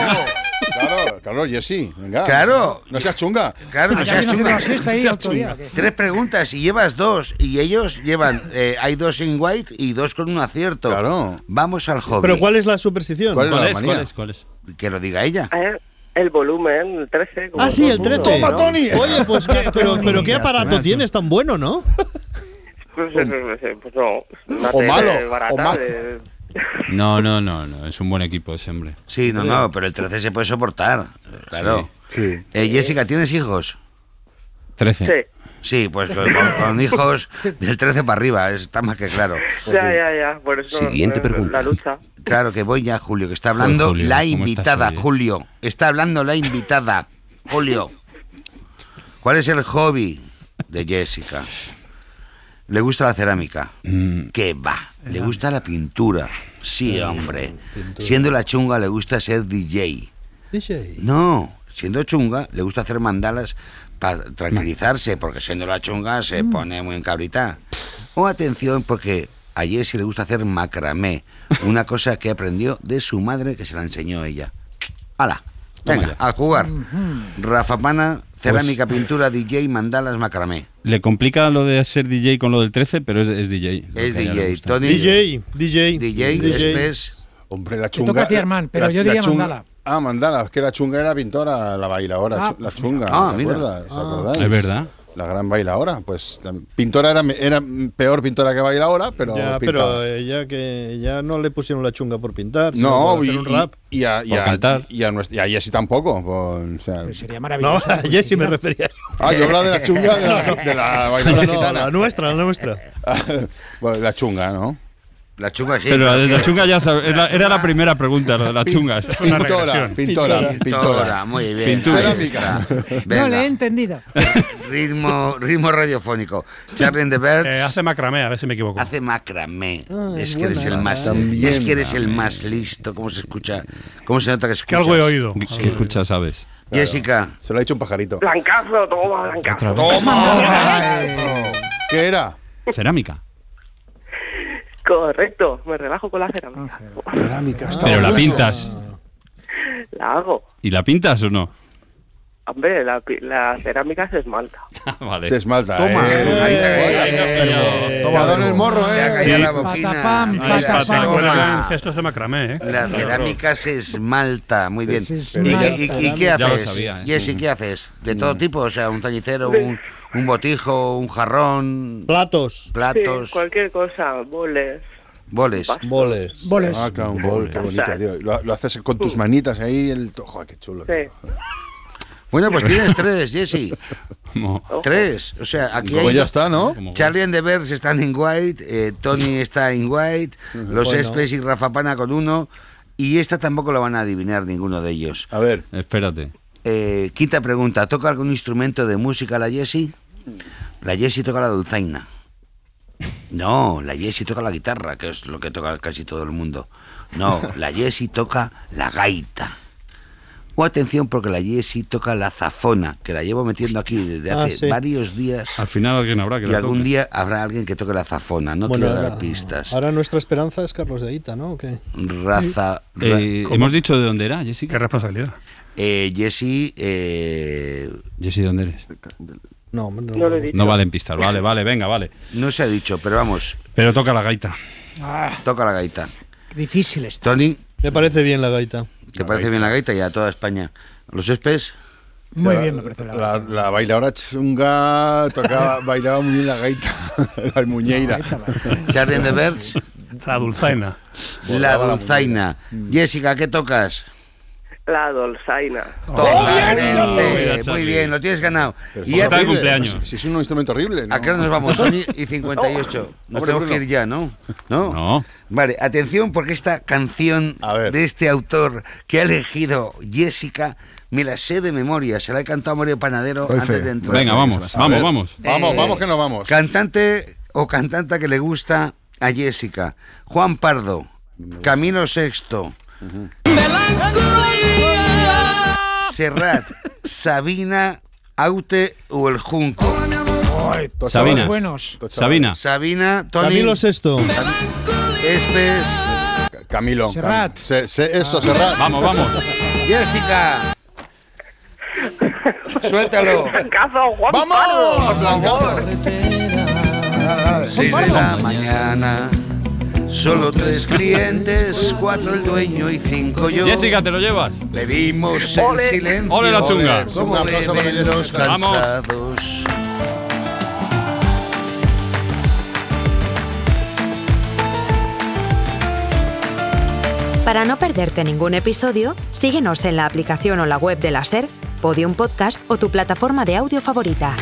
S11: Claro, claro, Jessy, venga.
S6: Claro.
S11: No seas chunga.
S6: Claro, no
S2: Ya
S6: seas
S2: vino haciendo
S6: chunga.
S2: la siesta ahí el otro día, ¿o qué?
S6: Tres preguntas y llevas dos. Y ellos llevan. eh, hay dos en white y dos con un acierto.
S11: Claro.
S6: Vamos al hobby.
S3: ¿Pero cuál es la superstición?
S11: ¿Cuál es
S10: ¿Cuál
S11: la
S10: es?
S11: manía?
S10: ¿Cuál es? ¿Cuál es?
S6: Que lo diga ella.
S15: Eh, El volumen, el 13. como
S3: Ah, sí,
S15: todo
S3: el 13.
S15: mundo, ¿no?
S3: Oye, pues qué, pero, pero qué aparato tienes tan bueno, ¿no?
S15: Pues, eh, pues, eh, pues no. Una
S11: O
S15: tele
S11: malo,
S15: barata
S11: o malo.
S15: de-
S10: No, no, no, no. Es un buen equipo ese hombre.
S6: Sí, no, no, pero el 13 se puede soportar. Claro.
S11: Sí.
S6: Eh, Jessica, ¿tienes hijos?
S10: 13.
S15: Sí.
S6: Sí, pues con, con hijos del 13 para arriba, está más que claro.
S2: Pues
S15: Ya, ya, ya. Por eso
S14: Siguiente
S15: eh,
S14: pregunta.
S15: la lucha.
S6: Claro que voy ya, Julio, que está hablando
S10: Joder, Julio,
S6: la
S10: ¿cómo estás
S6: invitada,
S10: hoy, eh?
S6: Julio. Está hablando la invitada, Julio. ¿Cuál es el hobby de Jessica? Le gusta la cerámica.
S10: Mm,
S6: ¿Qué va? Le gusta la pintura. Sí, hombre. Siendo la chunga, le gusta ser DJ.
S3: DJ.
S6: No, siendo chunga, le gusta hacer mandalas para tranquilizarse, porque siendo la chunga se
S2: Mm.
S6: pone muy encabrita. O atención, porque a Jessie le gusta hacer macramé, una cosa que aprendió de su madre que se la enseñó ella. ¡Hala!
S10: Toma
S6: Venga,
S10: ya. Pues, eh.
S6: a jugar. Rafa Pana, cerámica, pintura, DJ, mandalas, macramé.
S10: Le complica lo de ser DJ con lo del 13, pero es, es DJ. lo
S6: Es
S10: que a ella le
S6: DJ.
S10: gusta.
S6: Tony,
S3: DJ, DJ.
S6: DJ, Spes.
S11: Hombre, la
S2: toca
S11: chunga.
S2: a ti, Herman, pero
S11: la-
S2: yo
S11: la
S2: diría
S11: chunga-
S2: mandala.
S11: Ah, mandala, es que la chunga era pintora, la bailadora,
S2: Ah,
S11: chu- la chunga.
S6: Ah,
S11: ¿te
S6: mira.
S11: acuerdas? ¿Os acordáis?
S10: Es verdad.
S11: La gran bailadora, pues la pintora era, me- era peor pintora que bailadora, pero
S3: Ya,
S11: pintaba.
S3: pero eh, ya que ya no le pusieron la chunga por pintar, sino
S11: no,
S3: por
S11: y,
S3: hacer un rap.
S11: y, y a, y
S10: Por
S11: a-
S10: cantar.
S11: y a nuestra- y a Jessy tampoco. con- o sea-
S2: Sería
S3: No,
S2: maravilloso.
S3: a Jessy me refería.
S11: ah, yo hablaba de la chunga de la, de la
S3: No,
S11: bailadora
S3: no, la
S11: gitana.
S3: nuestra, la nuestra.
S11: Bueno, la chunga, ¿no?
S6: La chunga sí.
S10: Pero la de la
S6: que-
S10: chunga ya sabes, era, era la primera pregunta, lo de la chunga. Está-
S7: Una
S11: Pintora,
S7: regresión.
S11: pintora,
S6: Pintora,
S11: pintora.
S6: muy bien.
S10: Pintura.
S6: ahí está.
S2: No le he
S6: Venga.
S2: entendido.
S6: ritmo, ritmo radiofónico. Charlie and the Birds
S7: Eh, hace macramé, a ver si me equivoco.
S6: hace macramé.
S3: Ah,
S6: es
S3: es
S6: que eres
S3: buena
S6: el más,
S3: esa.
S11: También,
S6: es que eres el más listo. ¿Cómo se escucha? ¿Cómo se nota que
S7: que
S6: escuchas?
S7: algo he oído.
S10: ¿Qué escuchas, sabes?
S6: Jessica,
S11: Se lo ha dicho un pajarito.
S15: Blancazo, toma, blancazo.
S11: ¿Qué era?
S10: Cerámica.
S15: Correcto, me relajo con la cerámica.
S3: Ah,
S11: Cerámica. está
S10: Pero la
S11: Ah, bueno.
S10: pintas.
S15: La hago.
S10: ¿Y la pintas o no?
S15: Hombre, la, pi- la cerámica se esmalta.
S10: vale.
S11: Te esmalta.
S6: toma.
S11: eh.
S6: Ahí te
S11: Eh,
S6: ha caído.
S11: eh, Tomador el morro,
S6: Te ha
S11: eh.
S6: caído la
S2: Sí.
S6: boquina.
S2: Patapam,
S6: Ahí
S7: Ay,
S6: la
S2: patapam.
S7: pata,
S6: toma.
S7: cuelga en cestos de macramé, ¿eh?
S6: La cerámica se esmalta, muy
S11: Pues
S6: bien.
S2: Se
S6: ¿Y,
S2: esmalta.
S6: y- y- y qué
S10: Ya lo
S6: haces?
S10: sabía, ¿eh? Mm.
S6: Jessy, ¿qué haces? ¿De todo tipo? O sea, un tañicero, un, un botijo, un jarrón,
S3: Platos,
S6: platos,
S15: Sí, cualquier cosa, boles.
S6: boles.
S3: boles.
S2: Boles. Uh.
S11: Ah, claro, un bol, qué bonito, tío. Lo, lo haces con tus manitas ahí, el to- Joder, qué chulo.
S15: Sí.
S6: Bueno, pues tienes tres, Jessy.
S10: Mo-
S6: Tres. O sea, aquí
S11: Pues
S6: hay.
S11: ya está, ¿no?
S10: como-
S6: Charlie and the Bears están en white, eh, Tony está en white, los
S3: Bueno.
S6: Espes y Rafa Pana con uno, y esta tampoco la van a adivinar ninguno de ellos.
S11: A ver,
S10: Espérate.
S6: Eh, quinta
S10: Mm.
S6: pregunta, ¿toca algún instrumento de música la Jessie? La Jessie toca la dulzaina. No, la Jessie toca la guitarra, que es lo que toca casi todo el mundo. No, la Jessie toca la gaita. O atención porque la Jessie toca la zafona, que la llevo metiendo aquí desde
S10: Ah,
S6: hace
S10: sí.
S6: varios días.
S10: Al final alguien habrá que
S6: y
S10: la
S6: algún
S10: toque.
S6: día habrá alguien que toque la zafona, no
S3: Bueno,
S6: quiero dar
S3: ahora-
S6: pistas.
S3: Ahora nuestra esperanza es Carlos de Ita, ¿no? ¿O qué?
S6: Raza.
S10: Eh, ¿Hemos dicho de dónde era, Jessica?
S7: Qué responsabilidad.
S6: Eh, Jessy. Eh...
S10: Jessy, ¿dónde eres?
S3: No, no,
S10: No lo he dicho. No valen pistas, vale, vale, venga, vale.
S6: No se ha dicho, pero vamos.
S10: Pero toca la gaita.
S6: Toca la gaita.
S2: Ah, Difícil está.
S6: Tony.
S3: Me parece bien la gaita.
S6: ¿Te parece bien la gaita y a toda España? ¿Los espes?
S2: Muy
S11: O sea,
S2: bien, me parece la
S11: La, la bailadora chunga tocaba, bailaba muy bien la gaita, la muñeira.
S6: Charlie de Birds.
S7: La dulzaina.
S6: La dulzaina. Jessica, ¿qué tocas?
S15: La dolzaina.
S6: Excelente, Muy bien, lo tienes
S10: Pues
S6: ganado.
S11: ¿cómo está
S6: aquí-
S11: de cumpleaños? Si es un instrumento horrible, ¿no?
S6: ¿A qué hora nos vamos, Sony? Y 58. Nos
S11: Hombre,
S6: tenemos que
S11: Bruno.
S6: ir ya, ¿no? ¿No? Vale, atención porque esta canción de este autor que ha elegido Jessica me la sé de memoria. Se la he cantado a Mario Panadero
S11: Doy
S6: antes
S11: fe,
S6: de entrar.
S10: Venga, vamos,
S6: A
S10: vamos,
S6: ver.
S10: vamos.
S11: Vamos, vamos, que nos vamos.
S6: Cantante o cantanta que le gusta a Jessica. Juan Pardo, Camilo Sexto, Serrat, Sabina, Aute o El Junco.
S10: Sabina.
S6: buenos.
S10: Sabina.
S6: Sabina, Tony. Este
S11: Camilo
S3: Sexto.
S6: Espes.
S11: Camilo.
S6: Serrat.
S11: Cam- se- se-
S2: Ah.
S11: eso, Serrat.
S10: Vamos, vamos.
S6: Jessica. Suéltalo. Seis de la mañana. Solo tres clientes, cuatro el dueño y cinco yo.
S10: Jessica, ¿te lo llevas?
S6: Bebimos en
S10: Ole.
S6: silencio.
S10: Ole la chunga.
S6: Como
S10: Un aplauso para
S6: beben los
S10: Jessica. Vamos.
S6: cansados.
S16: Para no perderte ningún episodio, síguenos en la aplicación o la web de la SER, Podium Podcast o tu plataforma de audio favorita.